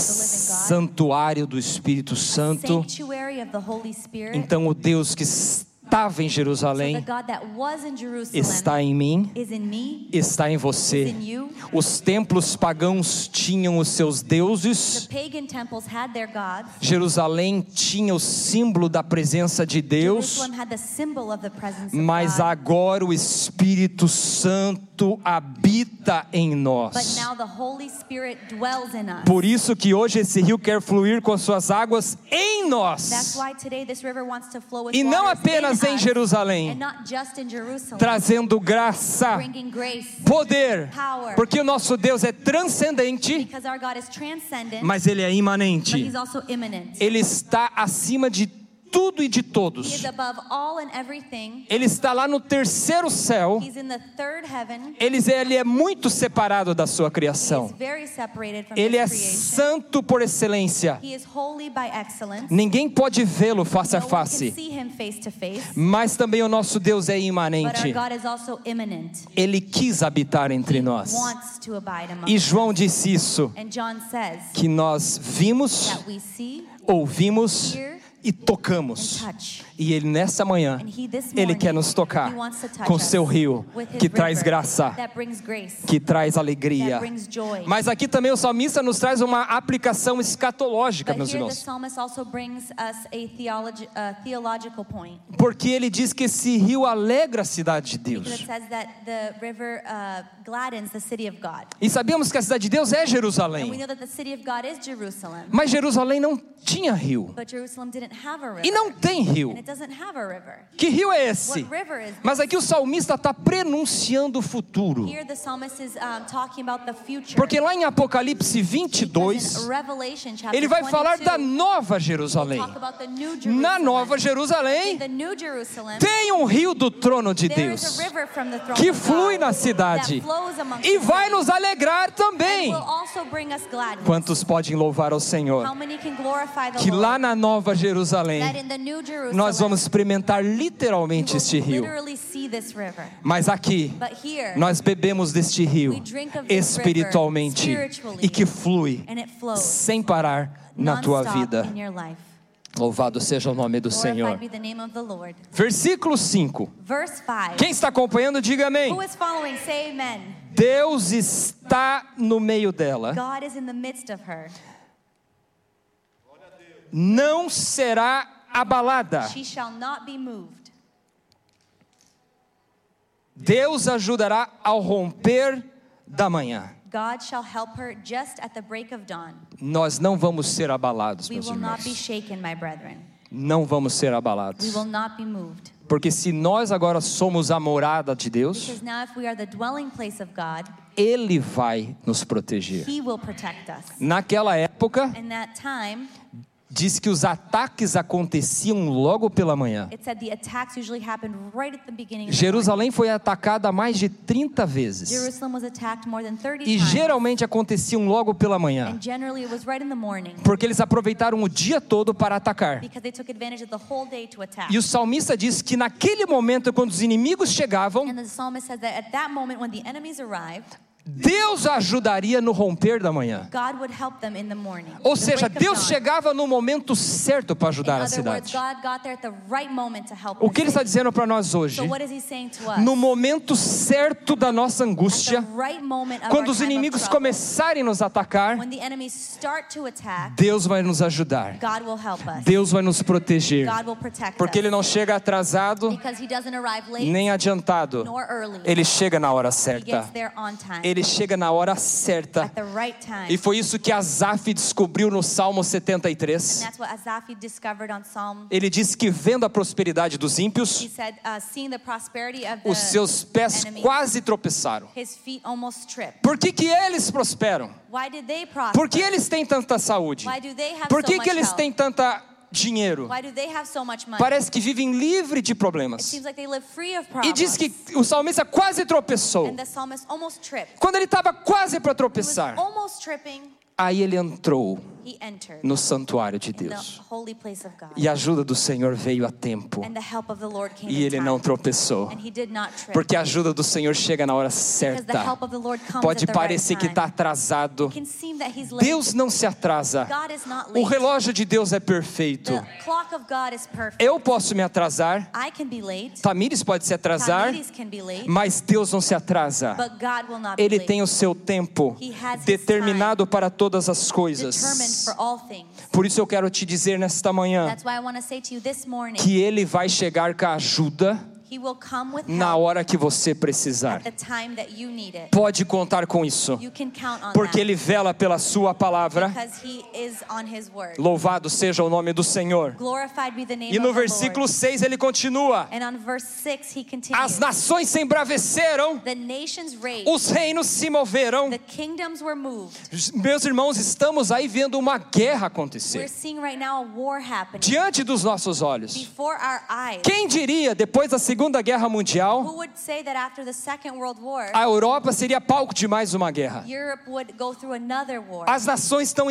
A: santuário do Espírito Santo.
B: sanctuary of the Holy Spirit?
A: Então, o Deus que estava em
B: so the
A: Jerusalém
B: God that was in Jerusalem
A: está em mim,
B: is in me,
A: está em
B: is
A: você.
B: in you.
A: Os templos pagãos tinham os seus
B: The
A: deuses.
B: pagan temples had their gods.
A: Jerusalém tinha o símbolo da presença de Deus.
B: Jerusalem had the symbol of the presence of
A: Mas
B: God.
A: agora o Espírito Santo habita em
B: But
A: nós.
B: now the Holy Spirit dwells in us.
A: Por isso que hoje esse rio quer fluir com as suas águas em
B: That's
A: nós.
B: why today this river wants to flow with
A: E não
B: waters
A: apenas
B: in
A: em
B: us,
A: Jerusalém.
B: and not just in Jerusalem,
A: Trazendo graça,
B: bringing grace,
A: poder.
B: power,
A: Porque o nosso Deus é transcendente,
B: because our God is transcendent,
A: mas ele é
B: but
A: imanente.
B: He's also immanent.
A: Ele está acima de tudo e de
B: He is
A: todos.
B: above all and everything.
A: Ele está lá no terceiro céu.
B: He's in the third heaven.
A: Ele ele é muito separado da sua
B: He is
A: criação.
B: very separated from
A: Ele é
B: His creation.
A: santo por excelência.
B: He is holy by excellence.
A: Ninguém pode vê-lo face a
B: no one can
A: face,
B: see Him face to face.
A: mas também o nosso Deus é
B: But our
A: imanente.
B: God is also immanent.
A: Ele quis habitar entre
B: He
A: nós.
B: wants to abide among
A: E
B: us.
A: João disse isso:
B: And John says
A: que nós vimos,
B: that we see
A: ouvimos e
B: and
A: tocamos.
B: touch.
A: E ele nessa manhã,
B: And he this
A: ele
B: morning,
A: quer nos tocar
B: he wants to touch
A: com
B: us
A: seu rio
B: with his
A: que traz
B: river
A: graça,
B: That brings grace.
A: que traz alegria.
B: That brings joy.
A: Mas aqui também o salmista nos traz uma aplicação escatológica,
B: But
A: meus
B: here the
A: irmãos.
B: psalmist also brings us a, theology, a theological point
A: Porque ele diz que esse rio alegra a cidade de
B: that
A: Deus.
B: says that the river uh, gladdens the city of God.
A: E sabemos que a cidade de Deus é
B: And we
A: Jerusalém.
B: know that the city of God is Jerusalem,
A: Mas Jerusalém não tinha rio.
B: but Jerusalem didn't have a river.
A: E não tem
B: And
A: rio.
B: it doesn't have a river.
A: Que rio é esse?
B: What river is this?
A: Mas aqui o salmista está prenunciando o futuro.
B: Here the psalmist is um, talking about the future.
A: Porque lá em Apocalipse
B: Because in
A: 22,
B: Revelation chapter
A: ele vai falar da
B: 22,
A: nova Jerusalém.
B: talk about the new Jerusalem.
A: Na nova Jerusalém
B: the new Jerusalem,
A: tem um rio do trono de
B: there is
A: Deus
B: a river from the throne
A: que
B: of
A: flui
B: God
A: na cidade
B: that flows amongst
A: e
B: the
A: vai
B: city
A: nos alegrar
B: and
A: também.
B: will also bring us gladness.
A: Quantos podem louvar ao
B: How
A: Senhor?
B: many can glorify the
A: Que
B: Lord?
A: lá na nova
B: that
A: Jerusalém
B: in the new Jerusalem,
A: nós vamos experimentar
B: we
A: literalmente
B: will
A: este rio.
B: literally see this river.
A: Mas aqui
B: But here,
A: nós bebemos deste rio espiritualmente e que flui
B: and it flows
A: sem parar na tua
B: nonstop
A: vida.
B: in your life.
A: Louvado seja o nome do Senhor.
B: Glorified be the name of the Lord.
A: Versículo 5.
B: Verse 5.
A: Quem está acompanhando, diga amém.
B: Who is following? Say amen.
A: Deus está no meio dela.
B: God is in the midst of her.
A: Não será abalada.
B: She shall not be moved.
A: Deus ajudará ao romper da manhã.
B: God shall help her just at the break of dawn.
A: Nós não vamos ser abalados,
B: We
A: meus
B: will not be
A: irmãos.
B: shaken, my brethren.
A: Não vamos ser
B: We
A: abalados.
B: will not be moved.
A: Porque se nós agora somos a morada de Deus,
B: Because now, if we are the dwelling place of God,
A: Ele vai nos proteger.
B: He will protect us.
A: Naquela época,
B: In that time,
A: diz que os ataques aconteciam logo pela manhã.
B: it said the attacks usually happened right at the beginning. Of the morning.
A: Jerusalém foi atacada mais de 30 vezes.
B: Jerusalem was attacked more than 30
A: E
B: times.
A: geralmente aconteciam logo pela manhã.
B: And generally, it was right in the morning
A: Porque eles aproveitaram o dia todo para atacar.
B: because they took advantage of the whole day to attack.
A: E o salmista diz que naquele momento, quando os inimigos chegavam,
B: And the psalmist says that at that moment, when the enemies arrived,
A: Deus ajudaria no romper da manhã.
B: God would help them in the morning.
A: Ou
B: the
A: seja,
B: break of
A: Deus
B: dawn.
A: chegava no momento certo para
B: In
A: ajudar a
B: other words,
A: cidade.
B: God got there at the right moment to help
A: O que
B: us.
A: ele está dizendo para nós hoje?
B: So what is he saying to us?
A: Oh, No momento certo da nossa
B: At
A: angústia,
B: the right moment of
A: quando
B: our
A: os
B: time of
A: inimigos
B: trouble,
A: começarem a nos atacar,
B: when the enemies start to attack,
A: Deus vai nos ajudar.
B: God will help us.
A: Deus vai nos proteger.
B: God will protect
A: Porque
B: us.
A: ele não chega atrasado
B: Because he doesn't arrive late
A: nem adiantado.
B: nor early.
A: Ele chega na hora
B: he gets
A: certa.
B: there on time.
A: Ele chega na hora certa.
B: at the right time.
A: E foi isso que Asaf descobriu no Salmo
B: and
A: 73.
B: that's what Asafi discovered on Psalm.
A: Ele disse que vendo a prosperidade dos
B: He
A: ímpios,
B: said, uh, seeing the prosperity of the
A: os seus pés
B: enemies,
A: quase tropeçaram.
B: his feet almost tripped.
A: Por que, que eles prosperam?
B: Why did they prosper?
A: Por que eles têm tanta saúde?
B: Why do they have
A: Por
B: so
A: que,
B: much
A: que eles
B: health?
A: têm tanta dinheiro?
B: Why do they have so much money?
A: Parece que vivem livre de
B: It
A: problemas.
B: seems like they live free of
A: E
B: problems.
A: diz que o salmista quase tropeçou.
B: and the psalmist almost tripped.
A: Quando ele estava quase para
B: He was
A: tropeçar,
B: almost tripping,
A: aí ele entrou
B: He entered
A: no santuário de
B: the
A: Deus.
B: holy place of God.
A: E a ajuda do Senhor veio a tempo.
B: And the help of the Lord came
A: E
B: in
A: ele
B: time.
A: não tropeçou.
B: And he did not trip.
A: Porque a ajuda do Senhor chega na hora
B: É. because the
A: certa.
B: help of the Lord comes
A: Pode
B: at the right
A: parecer que
B: time.
A: está atrasado.
B: It can seem that he's late.
A: Deus não se atrasa.
B: God is not late.
A: O relógio de Deus é perfeito.
B: The clock of God is perfect.
A: Eu posso me atrasar.
B: I can be late.
A: Tamires pode se atrasar.
B: Tamires can be late.
A: Mas Deus não se atrasa.
B: But God will not
A: Ele
B: be late.
A: tem o seu tempo
B: He has his
A: determinado para todas as
B: Determined
A: coisas.
B: for all things.
A: Por isso eu quero te dizer nesta manhã
B: That's why I want to say to you this morning,
A: Ah. que ele vai chegar com a ajuda
B: he will come with
A: na
B: help
A: hora que você precisar.
B: at the time that you need it.
A: Pode contar com isso,
B: You can count on
A: porque
B: that
A: ele vela pela sua palavra.
B: because he is on his word.
A: Louvado seja o nome do Senhor.
B: Glorified be the name
A: E no
B: of the Lord.
A: versículo 6 ele continua:
B: And on verse 6 he
A: As
B: continues,
A: nações se embraveceram,
B: the nations raged,
A: os reinos se moveram.
B: the kingdoms were moved.
A: Meus irmãos, estamos aí vendo uma guerra
B: We're
A: acontecer
B: seeing right now a war happening
A: diante dos nossos olhos.
B: before our eyes.
A: Quem diria, depois da Segunda Guerra Mundial,
B: Who would say that after the Second World War,
A: a Europa seria palco de mais uma guerra?
B: Europe would go through another war?
A: As nações estão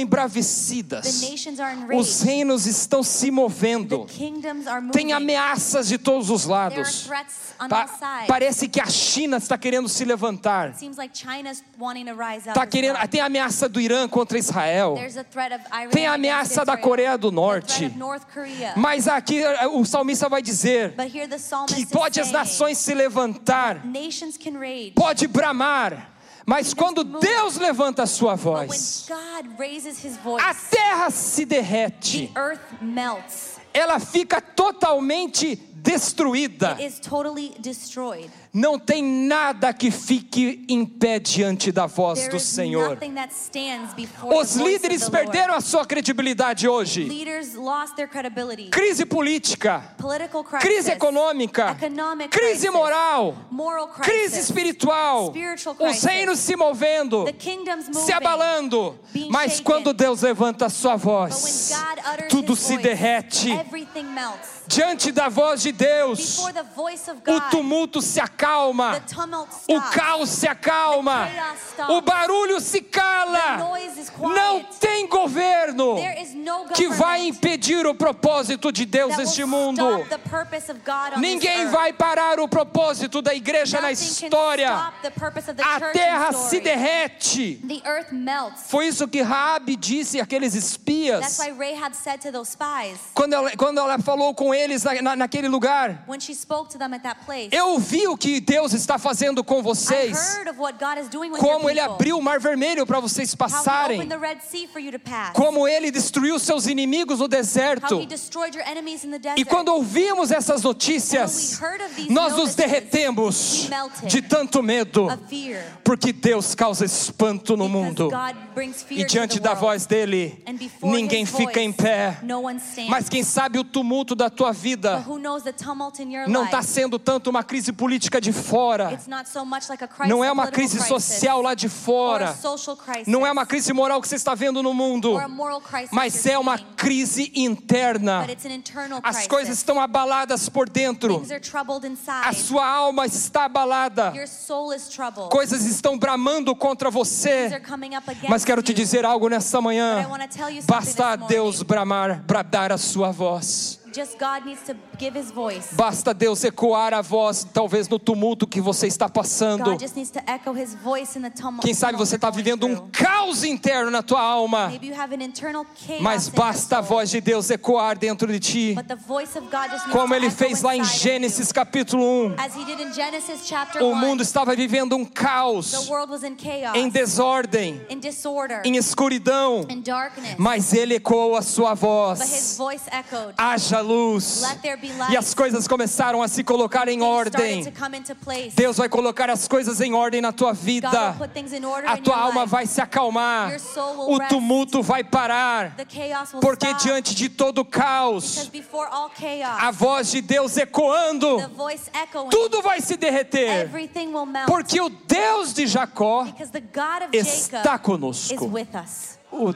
B: The
A: embravecidas.
B: nations are
A: Os
B: enraged.
A: reinos estão se
B: The
A: movendo.
B: kingdoms are
A: Tem
B: moving.
A: ameaças de todos os
B: There are
A: lados.
B: threats on
A: Pa-
B: all sides.
A: parece que a China está querendo se levantar.
B: It seems like China's wanting to rise up.
A: Tá
B: as
A: querendo,
B: well.
A: tem a ameaça do Irã contra Israel.
B: There's a threat of Iran
A: Tem a
B: against
A: ameaça da
B: Israel.
A: Coreia do
B: The threat
A: Norte.
B: of North Korea.
A: Mas aqui eh, o salmista vai dizer
B: But here the psalmist
A: que
B: is
A: pode as
B: saying,
A: nações se levantar,
B: nations can rage.
A: pode bramar, mas quando Deus levanta a sua
B: But when
A: voz,
B: God raises his voice,
A: a terra se
B: the
A: derrete,
B: earth melts,
A: ela fica totalmente destruída.
B: is totally destroyed.
A: Não tem nada que fique em pé diante da voz
B: There
A: do
B: is
A: Senhor.
B: nothing that stands before
A: Os
B: the voice of
A: líderes
B: the Lord.
A: perderam a sua credibilidade hoje.
B: Leaders lost their credibility.
A: Crise política,
B: Political crisis.
A: crise econômica,
B: Economic
A: crise
B: crisis.
A: moral,
B: Moral crisis.
A: crise espiritual.
B: Spiritual
A: Os
B: crisis.
A: reinos se movendo,
B: The kingdom's moving.
A: se abalando.
B: Being
A: Mas
B: shaken.
A: quando Deus levanta a sua
B: But when
A: voz,
B: God utters
A: tudo
B: his
A: se
B: voice,
A: derrete.
B: Everything melts.
A: Diante da voz de Deus,
B: Before the voice of
A: o
B: God,
A: tumulto se acalma.
B: the tumult stops.
A: O caos se acalma.
B: The chaos stops.
A: O barulho se
B: The
A: cala.
B: noise is quiet.
A: Não tem governo
B: There is no
A: que
B: government
A: vai impedir o propósito de Deus
B: that will
A: neste mundo.
B: stop the purpose of God on this
A: Ninguém
B: earth.
A: vai parar o propósito da igreja na
B: Nothing can
A: história.
B: stop the purpose of the
A: A
B: church
A: terra
B: in
A: se
B: story.
A: derrete.
B: The earth melts.
A: Foi isso que Raabe disse àqueles
B: That's
A: espias
B: why Rahab said to those spies
A: quando ela, quando ela falou com eles na- na- naquele lugar.
B: when she spoke to them at that place.
A: Eu vi o que Deus está fazendo com
B: I
A: vocês.
B: heard of what God is doing with
A: Como
B: your
A: ele
B: people.
A: abriu o Mar Vermelho para vocês
B: How he opened
A: passarem.
B: the Red Sea for you to pass.
A: como ele destruiu seus inimigos no
B: How
A: deserto.
B: he destroyed your enemies in the desert.
A: E quando ouvimos essas notícias,
B: And when we heard of these
A: nós nos
B: notices,
A: derretemos
B: we melted.
A: de tanto medo,
B: of fear.
A: porque Deus causa espanto no
B: Because
A: mundo.
B: God brings fear
A: E
B: to
A: diante
B: the
A: da
B: world.
A: voz dele,
B: And before
A: ninguém
B: his
A: fica
B: voice,
A: em pé.
B: No one stands.
A: Mas quem sabe o tumulto da tua
B: But
A: vida
B: who knows the tumult in your
A: não tá
B: life?
A: está sendo tanto uma crise política de fora,
B: It's not so much like a crisis,
A: não é
B: a
A: uma
B: political
A: crise
B: crisis,
A: social lá de
B: or a
A: fora,
B: social crisis,
A: não é uma crise moral que você está vendo no mundo,
B: or a moral crisis
A: mas
B: you're
A: é uma
B: seeing,
A: crise interna.
B: but it's an internal
A: As
B: crisis.
A: coisas estão abaladas por dentro.
B: Things are troubled inside.
A: A sua alma está abalada.
B: Your soul is troubled.
A: Coisas estão bramando contra
B: Things are
A: você.
B: coming up against
A: Mas quero te
B: you.
A: dizer algo nesta
B: But I
A: manhã.
B: wanna tell you something
A: Basta a
B: this
A: Deus
B: morning.
A: bramar para dar a sua voz.
B: Just God needs to give His voice.
A: Basta Deus ecoar a voz, talvez no tumulto que você está passando.
B: God just needs to echo His voice in the tumult.
A: Quem sabe você está
B: tumult you're
A: vivendo
B: going
A: um
B: through.
A: caos interno na tua alma.
B: Maybe you have an internal chaos
A: Mas
B: in your
A: basta a
B: soul.
A: voz de Deus ecoar dentro de ti,
B: But the voice of God just needs
A: como
B: to
A: ele
B: echo
A: fez lá em
B: inside of
A: Gênesis
B: you.
A: capítulo 1.
B: As he did in Genesis chapter
A: O
B: 1,
A: mundo estava vivendo um
B: the
A: caos,
B: world was in chaos,
A: em desordem,
B: in disorder,
A: em escuridão,
B: in darkness.
A: mas ele ecoou a sua
B: but
A: voz.
B: his voice echoed.
A: Haja luz.
B: Let there be light.
A: E as coisas começaram a se colocar em
B: Things started to
A: ordem.
B: come into place.
A: Deus vai colocar as coisas em ordem na tua vida.
B: God will put things in order
A: A
B: in
A: tua
B: your
A: alma
B: life.
A: vai se acalmar.
B: Your soul will
A: O
B: rest.
A: tumulto vai parar.
B: The chaos will
A: Porque
B: stop.
A: diante de todo o
B: because
A: caos,
B: before all chaos,
A: a voz de Deus ecoando,
B: the voice echoing,
A: tudo vai se derreter.
B: everything will melt.
A: Porque o Deus de Jacó
B: because the God of
A: está
B: Jacob is
A: conosco.
B: with us.
A: O,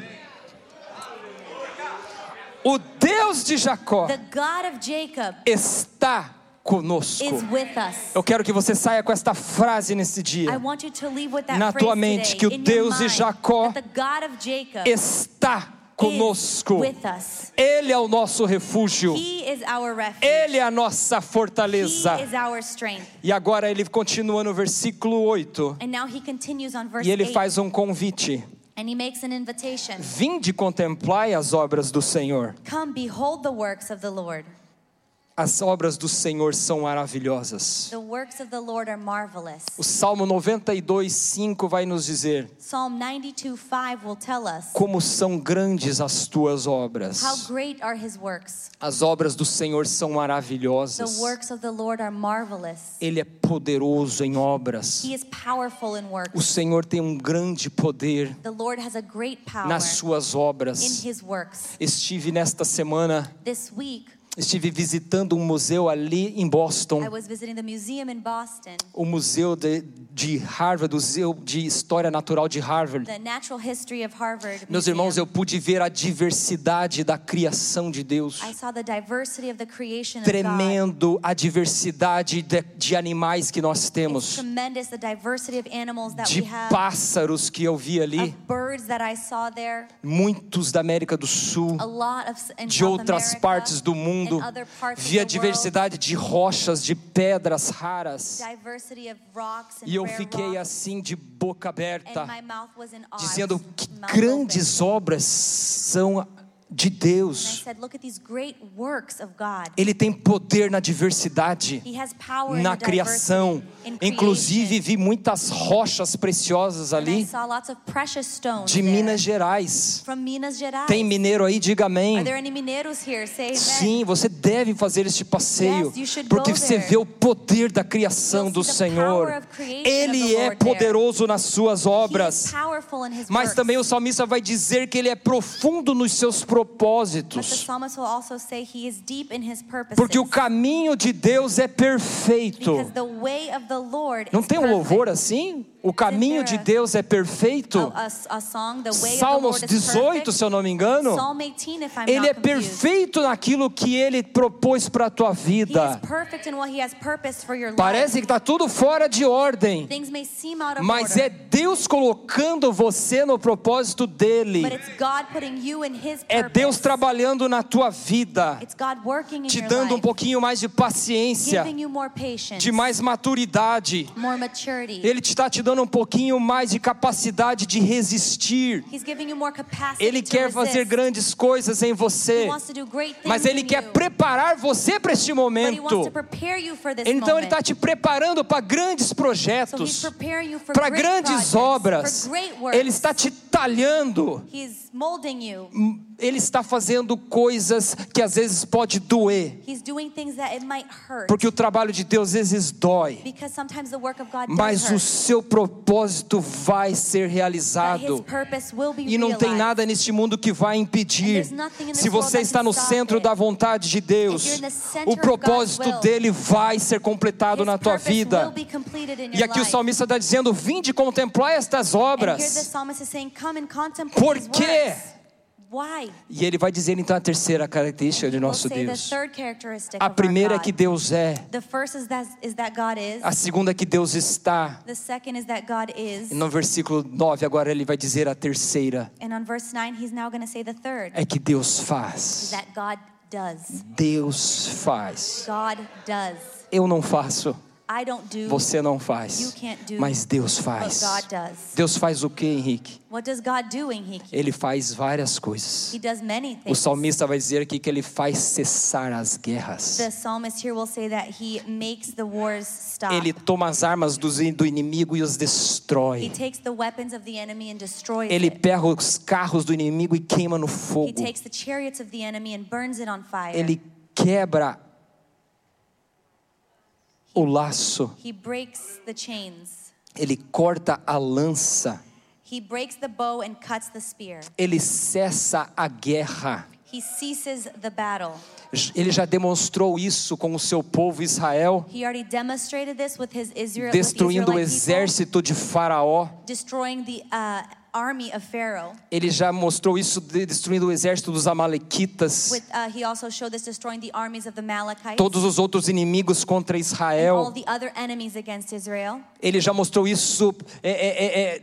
A: o Deus de Jacó
B: The God of Jacob
A: está conosco.
B: is with us.
A: Eu quero que você saia com esta frase nesse
B: I
A: dia.
B: want you to leave with that
A: Na
B: phrase
A: tua mente
B: today,
A: que o
B: in your
A: Deus de
B: mind,
A: Jacó
B: that the God of Jacob
A: Está conosco.
B: with us.
A: Ele é o nosso refúgio.
B: He is our refuge.
A: Ele é a nossa fortaleza.
B: He is our strength.
A: E agora ele continua no versículo 8.
B: And now he continues on verse
A: E ele
B: 8,
A: faz um convite:
B: and he makes an invitation.
A: Vinde contemplai as obras do Senhor.
B: Come, behold the works of the Lord.
A: As obras do Senhor são maravilhosas.
B: The works of the Lord are marvelous.
A: O Salmo 92, 5 vai nos dizer:
B: Psalm 92:5 will tell us
A: Como são grandes as tuas
B: how
A: obras.
B: great are his works.
A: As obras do Senhor são
B: The
A: maravilhosas.
B: works of the Lord are marvelous.
A: Ele é poderoso em obras.
B: He is powerful in
A: O
B: works.
A: Senhor tem um grande poder
B: The Lord has a great power
A: nas suas
B: in
A: obras.
B: his works.
A: Estive nesta semana,
B: This week,
A: estive visitando um museu ali em
B: I
A: Boston,
B: was visiting the museum in Boston,
A: o museu de, de Harvard, o museu de história natural de Harvard.
B: the Natural History of Harvard.
A: Meus
B: Museum.
A: irmãos, eu pude ver a diversidade da criação de Deus.
B: I saw the diversity of the creation of God.
A: Tremendo a diversidade de, de animais que nós
B: It's
A: temos,
B: tremendous the diversity of animals that
A: de
B: we have,
A: pássaros que eu vi ali,
B: of birds that I saw there,
A: muitos da América do Sul.
B: a lot of s- in
A: de
B: South
A: outras
B: America,
A: partes do mundo,
B: in other parts of
A: via
B: the world.
A: diversidade de rochas, de pedras raras,
B: diversity of rocks and
A: e eu
B: rare
A: fiquei
B: rocks,
A: assim de boca aberta,
B: and my mouth was in
A: Tá.
B: awe.
A: dizendo que
B: Mouth open.
A: grandes obras são de
B: And I
A: Deus.
B: said, look at these great works of God.
A: Ele tem poder na diversidade,
B: He has power in
A: na
B: the diversity,
A: criação.
B: in creation."
A: Inclusive vi muitas rochas preciosas
B: And I
A: ali
B: saw lots of precious stones
A: de
B: there.
A: Minas Gerais.
B: From Minas Gerais.
A: Tem mineiro aí, diga
B: Are
A: amém.
B: there any mineiros here? Say amen.
A: Sim, você deve fazer este passeio,
B: Yes, you should
A: porque
B: go
A: você
B: there.
A: vê o poder da criação
B: You'll
A: do
B: see the power
A: Senhor.
B: of creation of
A: Ele
B: the
A: é
B: Lord there.
A: poderoso nas suas
B: He is
A: obras,
B: powerful in his
A: mas
B: works.
A: também o salmista vai dizer que ele é profundo nos seus
B: But the
A: propósitos,
B: psalmist will also say he is deep in his purposes.
A: porque o caminho de Deus é perfeito.
B: Because the way of the Lord
A: Não
B: is
A: tem um
B: perfect.
A: louvor assim? O caminho de Deus é perfeito.
B: A, a- a song, the way
A: assim? Salmos
B: of the Lord is
A: 18,
B: perfect.
A: se eu não me engano.
B: Psalm 18, if I'm
A: Ele
B: not
A: é
B: confused.
A: perfeito naquilo que ele propôs para a tua
B: He is
A: vida.
B: perfect in what he has purposed for your life.
A: Tá. Parece que está tudo fora de ordem.
B: Things may seem out of
A: Mas é
B: order,
A: Deus colocando você no propósito dele.
B: but it's God putting you in his
A: É
B: purpose.
A: Deus trabalhando na tua vida,
B: It's God working in
A: te
B: your
A: dando um
B: life,
A: pouquinho mais de paciência,
B: giving you more patience,
A: de mais maturidade.
B: more maturity.
A: Ele está te dando um pouquinho mais de capacidade de resistir.
B: He's giving you more capacity
A: Ele
B: to
A: quer
B: resist.
A: fazer grandes coisas em
B: He
A: você,
B: wants to do great things
A: mas ele
B: in
A: quer
B: you,
A: preparar você para este
B: but he wants to
A: momento.
B: prepare you for this
A: Então ele
B: moment.
A: está te preparando para grandes
B: so he's
A: projetos,
B: preparing you for
A: para
B: great
A: grandes
B: projects,
A: obras.
B: for great works.
A: Ele está te talhando.
B: He's molding you.
A: Ele está fazendo coisas que às vezes pode doer,
B: He's doing things that it might hurt
A: porque o trabalho de Deus às vezes dói,
B: because sometimes the work of God does
A: mas o
B: hurt.
A: seu propósito vai ser
B: But his
A: realizado.
B: purpose will be
A: E não tem
B: realized.
A: nada neste mundo que vai impedir.
B: And there's nothing in this
A: Se você
B: world that
A: está
B: can
A: no
B: stop
A: centro
B: it.
A: da vontade de
B: If
A: Deus,
B: you're in the center
A: o
B: of God's
A: propósito
B: will,
A: dele vai ser completado
B: His
A: na tua
B: purpose will
A: vida.
B: be completed in
A: E
B: your
A: aqui o
B: life.
A: salmista está dizendo: vinde contemplar estas
B: And here the
A: obras.
B: psalmist is saying, come and contemplate
A: Por
B: his
A: quê?
B: works. Why?
A: E ele vai dizer então a terceira característica de
B: We'll
A: nosso
B: say the
A: Deus.
B: third characteristic
A: A
B: of our
A: primeira é
B: God.
A: que Deus é.
B: The first is that, is that God is.
A: A segunda é que Deus está.
B: The second is that God
A: E
B: is.
A: no versículo 9, agora ele vai dizer a terceira.
B: And on verse 9, he's now going to say the third
A: É que Deus
B: is
A: faz.
B: that God does.
A: Deus faz.
B: God does.
A: Eu não faço.
B: I don't do,
A: Você não
B: You
A: faz.
B: can't do
A: Mas Deus
B: but
A: faz.
B: God does.
A: Deus faz o que, Henrique?
B: What does God do, Henrique?
A: Ele faz várias
B: He
A: coisas.
B: does many
A: O
B: things.
A: salmista vai dizer aqui que ele faz cessar as guerras.
B: The psalmist here will say that he makes the wars stop.
A: Ele toma as armas dos- do inimigo e os
B: He
A: destrói.
B: takes the weapons of the enemy and destroys
A: Ele
B: it.
A: pega os carros do inimigo e queima no
B: He
A: fogo.
B: takes the chariots of the enemy and burns it on fire.
A: Ele quebra o laço,
B: He breaks the chains.
A: ele corta a lança,
B: He breaks the bow and cuts the spear.
A: ele cessa a guerra.
B: He ceases the battle.
A: J- Ele já demonstrou isso com o seu povo Israel,
B: He already demonstrated this with his Israel, with the
A: destruindo o
B: Israelite
A: exército
B: então. people,
A: de Faraó.
B: destroying the uh, army of Pharaoh.
A: Ele já mostrou isso de- destruindo o exército dos Amalequitas,
B: With, uh, he also showed this destroying the armies of the Malachites
A: todos os outros inimigos contra
B: and all
A: Israel.
B: the other enemies against Israel.
A: Ele já mostrou isso é, é, é, é,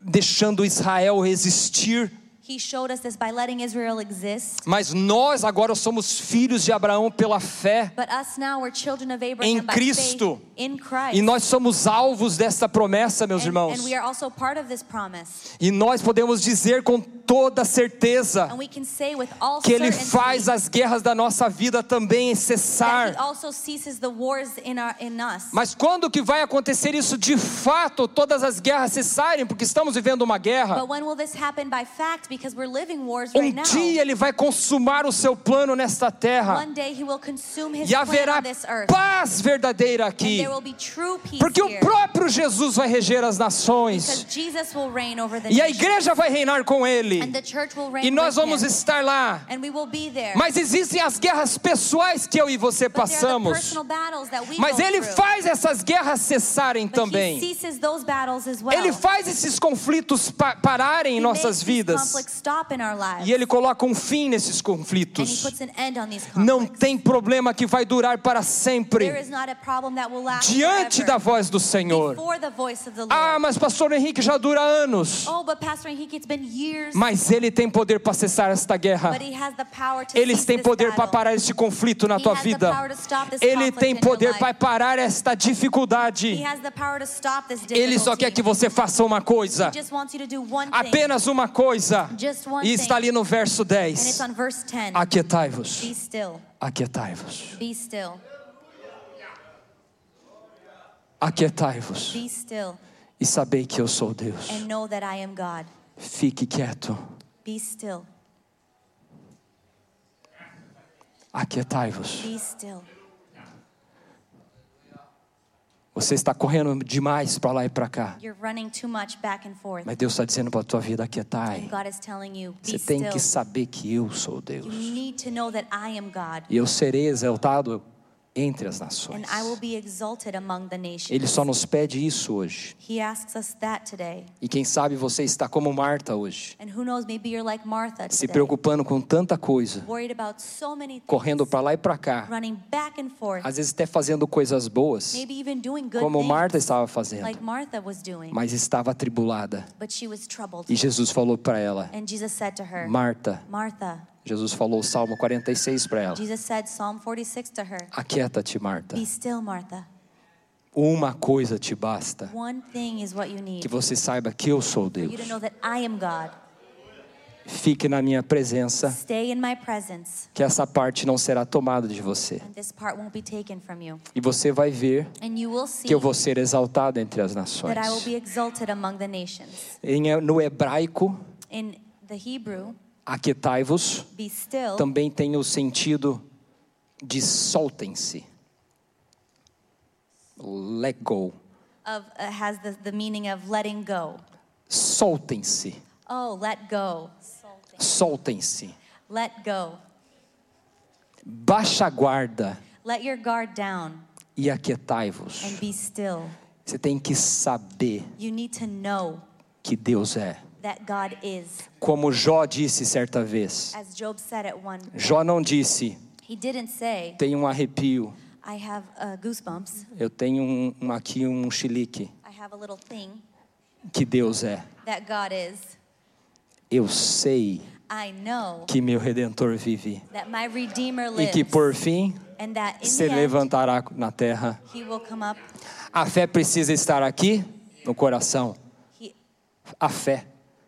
A: deixando Israel resistir.
B: He showed us this by letting Israel exist.
A: Mas nós agora somos filhos de Abraão pela fé.
B: But us now we're children of
A: Em
B: Abraham by
A: Cristo.
B: faith in Christ.
A: E nós somos alvos dessa promessa, meus
B: and,
A: irmãos.
B: and we are also part of this promise.
A: E nós podemos dizer com toda certeza
B: And we can say with all
A: que Ele
B: certainty
A: faz as guerras da nossa vida também
B: that he
A: cessar.
B: also ceases the wars in our in us.
A: Mas quando que vai acontecer isso de fato, todas as guerras cessarem, porque estamos vivendo uma guerra?
B: But when will this happen by fact? Because we're living wars
A: Um
B: right now.
A: dia Ele vai consumar o seu plano nesta terra
B: One day he will consume his
A: e
B: plan
A: haverá
B: on this earth.
A: paz verdadeira
B: And
A: aqui,
B: there will be true peace
A: porque o
B: here.
A: próprio Jesus vai reger as
B: Because
A: nações
B: Jesus will reign over the
A: e a
B: nations.
A: igreja vai reinar com Ele
B: And the church will reign
A: e nós
B: with
A: vamos
B: him.
A: estar lá.
B: And we will be there.
A: Mas existem as guerras pessoais que eu e você
B: But there are the
A: passamos.
B: personal battles that we
A: Mas
B: go
A: ele
B: through.
A: faz essas guerras cessarem
B: But He
A: também.
B: ceases those battles as well.
A: Ele faz esses conflitos pa- pararem em
B: He
A: nossas
B: makes these
A: vidas.
B: conflicts stop in our lives.
A: E ele coloca um fim nesses
B: And he
A: conflitos.
B: puts an end on these conflicts.
A: Não tem problema que vai durar para
B: There
A: sempre
B: is not a problem that will last
A: diante da
B: forever.
A: voz do Senhor.
B: Before the voice of the Lord.
A: Ah, mas pastor Henrique já dura anos.
B: oh, but Pastor Henrique, it's been years.
A: Mas ele tem poder para cessar esta guerra.
B: but he has the power to
A: Eles
B: cease
A: têm
B: this
A: poder para
B: battle.
A: parar este conflito na
B: He
A: tua
B: has the
A: vida.
B: power to stop this
A: Ele
B: conflict
A: tem
B: in your
A: poder
B: life.
A: para parar esta
B: He
A: dificuldade.
B: has the power to stop this difficulty.
A: Ele só quer que você faça uma coisa.
B: He just wants you to do one thing.
A: Apenas uma coisa.
B: Just one
A: E está ali no verso
B: And it's
A: 10.
B: on verse 10.
A: Aquietai-vos.
B: Be still.
A: Aquietai-vos.
B: Be still.
A: Aquietai-vos.
B: Be still
A: E sabei que eu sou Deus.
B: and know that I am God.
A: Fique quieto.
B: Be still.
A: Aquietai-vos.
B: Be still.
A: Você está correndo demais para lá e para cá.
B: You're running too much back and forth.
A: Mas Deus está dizendo para a tua vida: aquietai.
B: God is telling you, be
A: Você tem
B: still.
A: que saber que eu sou
B: You
A: Deus.
B: need to know that I am God
A: E eu serei exaltado entre as
B: and
A: nações.
B: I will be exalted among the
A: Ele
B: nations.
A: só nos pede isso hoje.
B: He asks us that today.
A: E quem sabe você está como Marta hoje,
B: And who knows, maybe you're like Martha
A: se
B: today,
A: preocupando com tanta coisa,
B: worried about so many things,
A: correndo para lá e para cá.
B: running back and forth,
A: às vezes até fazendo coisas boas,
B: maybe even doing good
A: como
B: things
A: Marta estava fazendo,
B: like Martha was doing.
A: mas estava atribulada.
B: But she was troubled.
A: E Jesus falou para ela,
B: And Jesus said to her,
A: Marta,
B: Martha,
A: Jesus falou o Salmo 46 para ela.
B: Jesus said Psalm 46 to her,
A: Aquieta-te, Marta.
B: Be still, Martha.
A: Uma coisa te basta,
B: One thing is what you
A: que
B: need.
A: você saiba que eu sou
B: For
A: Deus.
B: you to know that I am God.
A: Fique na minha presença,
B: Stay in my presence,
A: que essa parte não será tomada de você.
B: and this part won't be taken from you.
A: E você vai ver
B: And you will see
A: que eu vou ser exaltado entre as nações.
B: that I will be exalted among the nations.
A: Em- no hebraico,
B: In the Hebrew,
A: aquietai-vos
B: be still
A: também tem o sentido de soltem-se. Let go.
B: of, uh, has the, the meaning of letting go.
A: Soltem-se.
B: Oh, let go.
A: Soltem-se.
B: Let go.
A: Baixa a guarda
B: Let your guard down
A: e aquietai-vos.
B: and be still.
A: Você tem que saber
B: You need to know
A: que Deus é.
B: that God is.
A: Como Jó disse certa vez.
B: As Job said at one,
A: Jó não disse,
B: he didn't say,
A: tenho um arrepio,
B: I have uh, goosebumps,
A: eu tenho um, um- aqui um chilique.
B: I have a little thing
A: Que Deus é.
B: that God is.
A: Eu sei
B: I know
A: que meu Redentor vive.
B: that my Redeemer
A: E
B: lives
A: que por fim
B: and that in
A: se
B: the end,
A: levantará na terra.
B: he will come up.
A: A fé precisa estar aqui no coração.
B: He,
A: A fé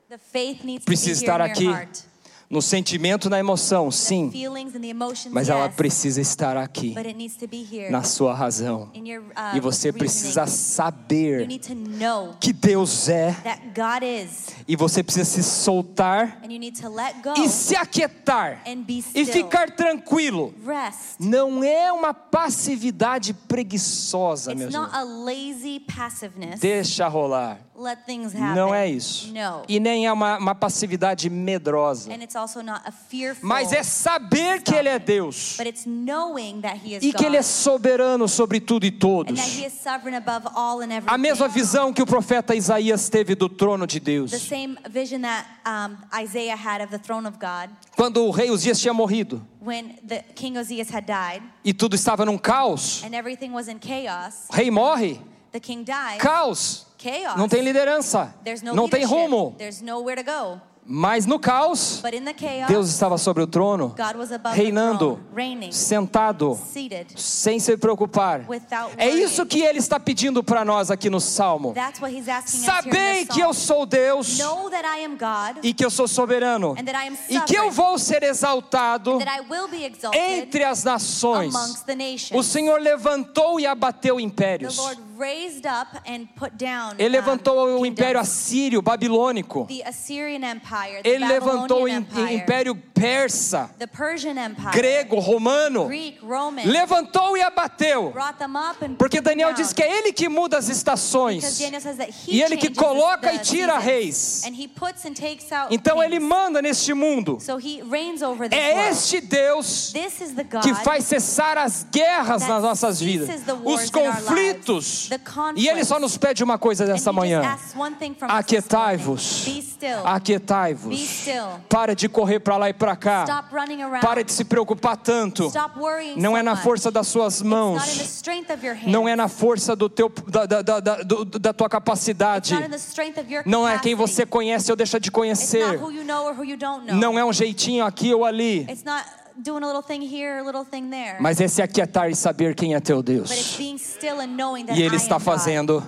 B: the faith needs
A: precisa
B: to be here
A: estar
B: in
A: aqui
B: your heart.
A: no sentimento, na emoção,
B: The
A: sim,
B: feelings and the emotions,
A: mas ela
B: yes,
A: precisa estar aqui
B: but it needs to be here.
A: na sua razão.
B: in your, uh,
A: E você precisa
B: reasoning. You
A: saber
B: need to know
A: que Deus é
B: that God is,
A: e você precisa se soltar
B: and you need to let go
A: e se aquietar
B: Oh. and be
A: e
B: still.
A: ficar tranquilo.
B: Rest.
A: Não é uma passividade preguiçosa, meu
B: It's not
A: Deus.
B: a lazy passiveness.
A: Deixa rolar.
B: Let things happen.
A: Não é isso.
B: No.
A: E nem é uma, uma passividade medrosa.
B: And it's also not a fearful.
A: Mas é saber que Ele é Deus.
B: But it's knowing that He is
A: E que
B: God.
A: Ele é soberano sobre tudo e
B: And
A: todos.
B: that He is sovereign above all and everything.
A: A mesma visão que o profeta Isaías teve do trono de
B: The
A: Deus.
B: same vision that um, Isaiah had of the throne of God
A: Quando o rei Uzias tinha morrido
B: when the King Ozias had died
A: e tudo estava num caos.
B: and everything was in chaos.
A: O rei morre,
B: The king dies.
A: caos.
B: Chaos.
A: Não tem liderança.
B: There's no
A: Não tem
B: leadership.
A: rumo.
B: There's nowhere to go.
A: Mas no caos,
B: But in the chaos,
A: Deus estava sobre o trono,
B: God was above
A: reinando,
B: the throne, reigning,
A: sentado,
B: seated.
A: sem se preocupar.
B: Without
A: É
B: worry.
A: isso que ele está pedindo para nós aqui no Salmo.
B: That's what he's asking us here
A: Sabei
B: in this
A: que eu
B: song.
A: sou Deus
B: Know that I am God,
A: e que eu sou soberano
B: And that I am
A: e que eu
B: sovereign.
A: vou ser exaltado
B: that I will be exalted
A: entre as nações.
B: amongst the nations.
A: O Senhor levantou e abateu
B: the
A: impérios.
B: Lord raised up and put down
A: Ele
B: um,
A: levantou o
B: kingdoms.
A: império assírio, babilônico.
B: the Assyrian Empire, the
A: Ele levantou o im-
B: Babylonian Empire,
A: império persa,
B: the Persian Empire,
A: grego, romano.
B: Greek, Roman,
A: Levantou e abateu.
B: brought them up and
A: Porque
B: put them
A: Daniel
B: down.
A: diz que é ele que muda as
B: Because
A: estações.
B: Daniel says that he
A: E ele que
B: changes
A: coloca
B: the
A: e tira
B: seasons.
A: reis.
B: And he puts and takes out
A: Então
B: kings.
A: ele manda neste mundo.
B: So he reigns over this
A: É
B: world.
A: este Deus
B: This is the God
A: que faz cessar as guerras
B: that
A: nas nossas
B: ceases
A: vidas,
B: the
A: os
B: wars in our lives,
A: conflitos.
B: the conflicts.
A: E ele só nos pede uma coisa
B: And he
A: nessa
B: just
A: manhã.
B: asks one thing from us this morning.
A: Aquietai-vos.
B: Be still. Be
A: Aquietai-vos.
B: still.
A: Para de correr para lá e para cá.
B: Stop running around.
A: Para de se preocupar tanto.
B: Stop worrying
A: Não
B: so
A: é na
B: much.
A: força das suas
B: It's not in the
A: mãos.
B: strength of your hands.
A: Não é na força do teu, da, da, da, da- do- da tua
B: It's
A: capacidade.
B: not in the strength of your
A: Não é quem você
B: capacity.
A: conhece ou deixa de
B: It's not
A: conhecer.
B: who you know or who you don't know.
A: Não é um jeitinho aqui ou ali.
B: It's not doing a little thing here, a little thing there.
A: Mas esse aquietar e saber quem é teu
B: But it's
A: Deus.
B: being still and knowing that
A: E Ele
B: I
A: está
B: am God.
A: fazendo.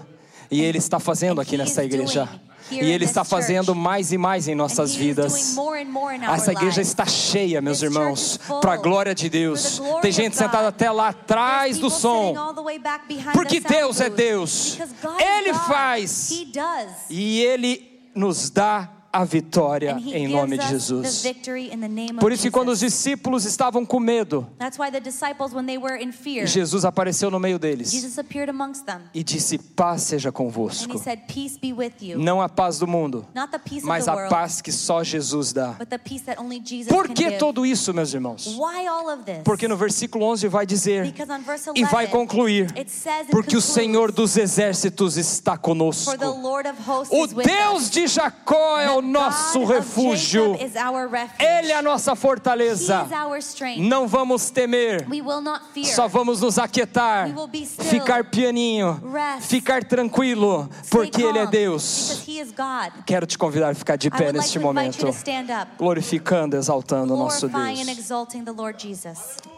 A: E Ele está fazendo
B: And
A: aqui
B: He
A: nessa
B: is
A: igreja.
B: doing here
A: E Ele
B: in
A: está
B: this church.
A: fazendo mais e mais em nossas
B: And he is
A: vidas.
B: doing more and more in our
A: Essa igreja
B: lives.
A: está cheia, meus
B: This church
A: irmãos,
B: is full.
A: para a glória de Deus.
B: For the glory
A: Tem
B: of
A: gente
B: God.
A: sentada até lá
B: There's
A: atrás do
B: people
A: som,
B: sitting all the way back behind
A: porque
B: the sound
A: Deus é
B: booth.
A: Deus.
B: Because God
A: Ele
B: is God.
A: faz
B: He does.
A: e Ele nos dá a vitória
B: And he
A: em
B: gives
A: nome de
B: us
A: Jesus.
B: the victory in the name
A: Por
B: of
A: isso que quando os
B: Jesus.
A: discípulos estavam com medo,
B: That's why the disciples, when they were in fear,
A: Jesus apareceu no meio deles
B: Jesus appeared amongst them.
A: e disse: Paz seja
B: And he
A: convosco.
B: said, Peace be with you.
A: Não a paz do mundo,
B: Not the peace of
A: mas
B: the
A: a
B: world,
A: paz que só Jesus dá.
B: but the peace that only Jesus
A: Por
B: can
A: que
B: give.
A: tudo isso, meus irmãos?
B: Why all of this?
A: Porque no versículo 11 vai dizer:
B: Because on verse 11,
A: E vai concluir.
B: it says it
A: Porque o
B: concludes,
A: Senhor dos exércitos está conosco.
B: For the Lord of hosts
A: O
B: is with us.
A: Deus de Jacó é o
B: The
A: nosso
B: God of
A: refúgio.
B: Jacob is our refuge.
A: Ele é a nossa
B: He is
A: fortaleza.
B: our strength.
A: Não vamos temer.
B: We will not fear.
A: Só vamos nos aquietar,
B: We will be still.
A: ficar pianinho,
B: Rest.
A: ficar tranquilo,
B: Stay
A: porque Ele é
B: calm,
A: Deus.
B: Because he is God.
A: Quero te convidar a ficar de
B: I
A: pé
B: would like
A: neste
B: to invite
A: momento,
B: you to stand up,
A: glorificando, exaltando o nosso
B: glorifying and
A: Deus.
B: exalting the Lord Jesus.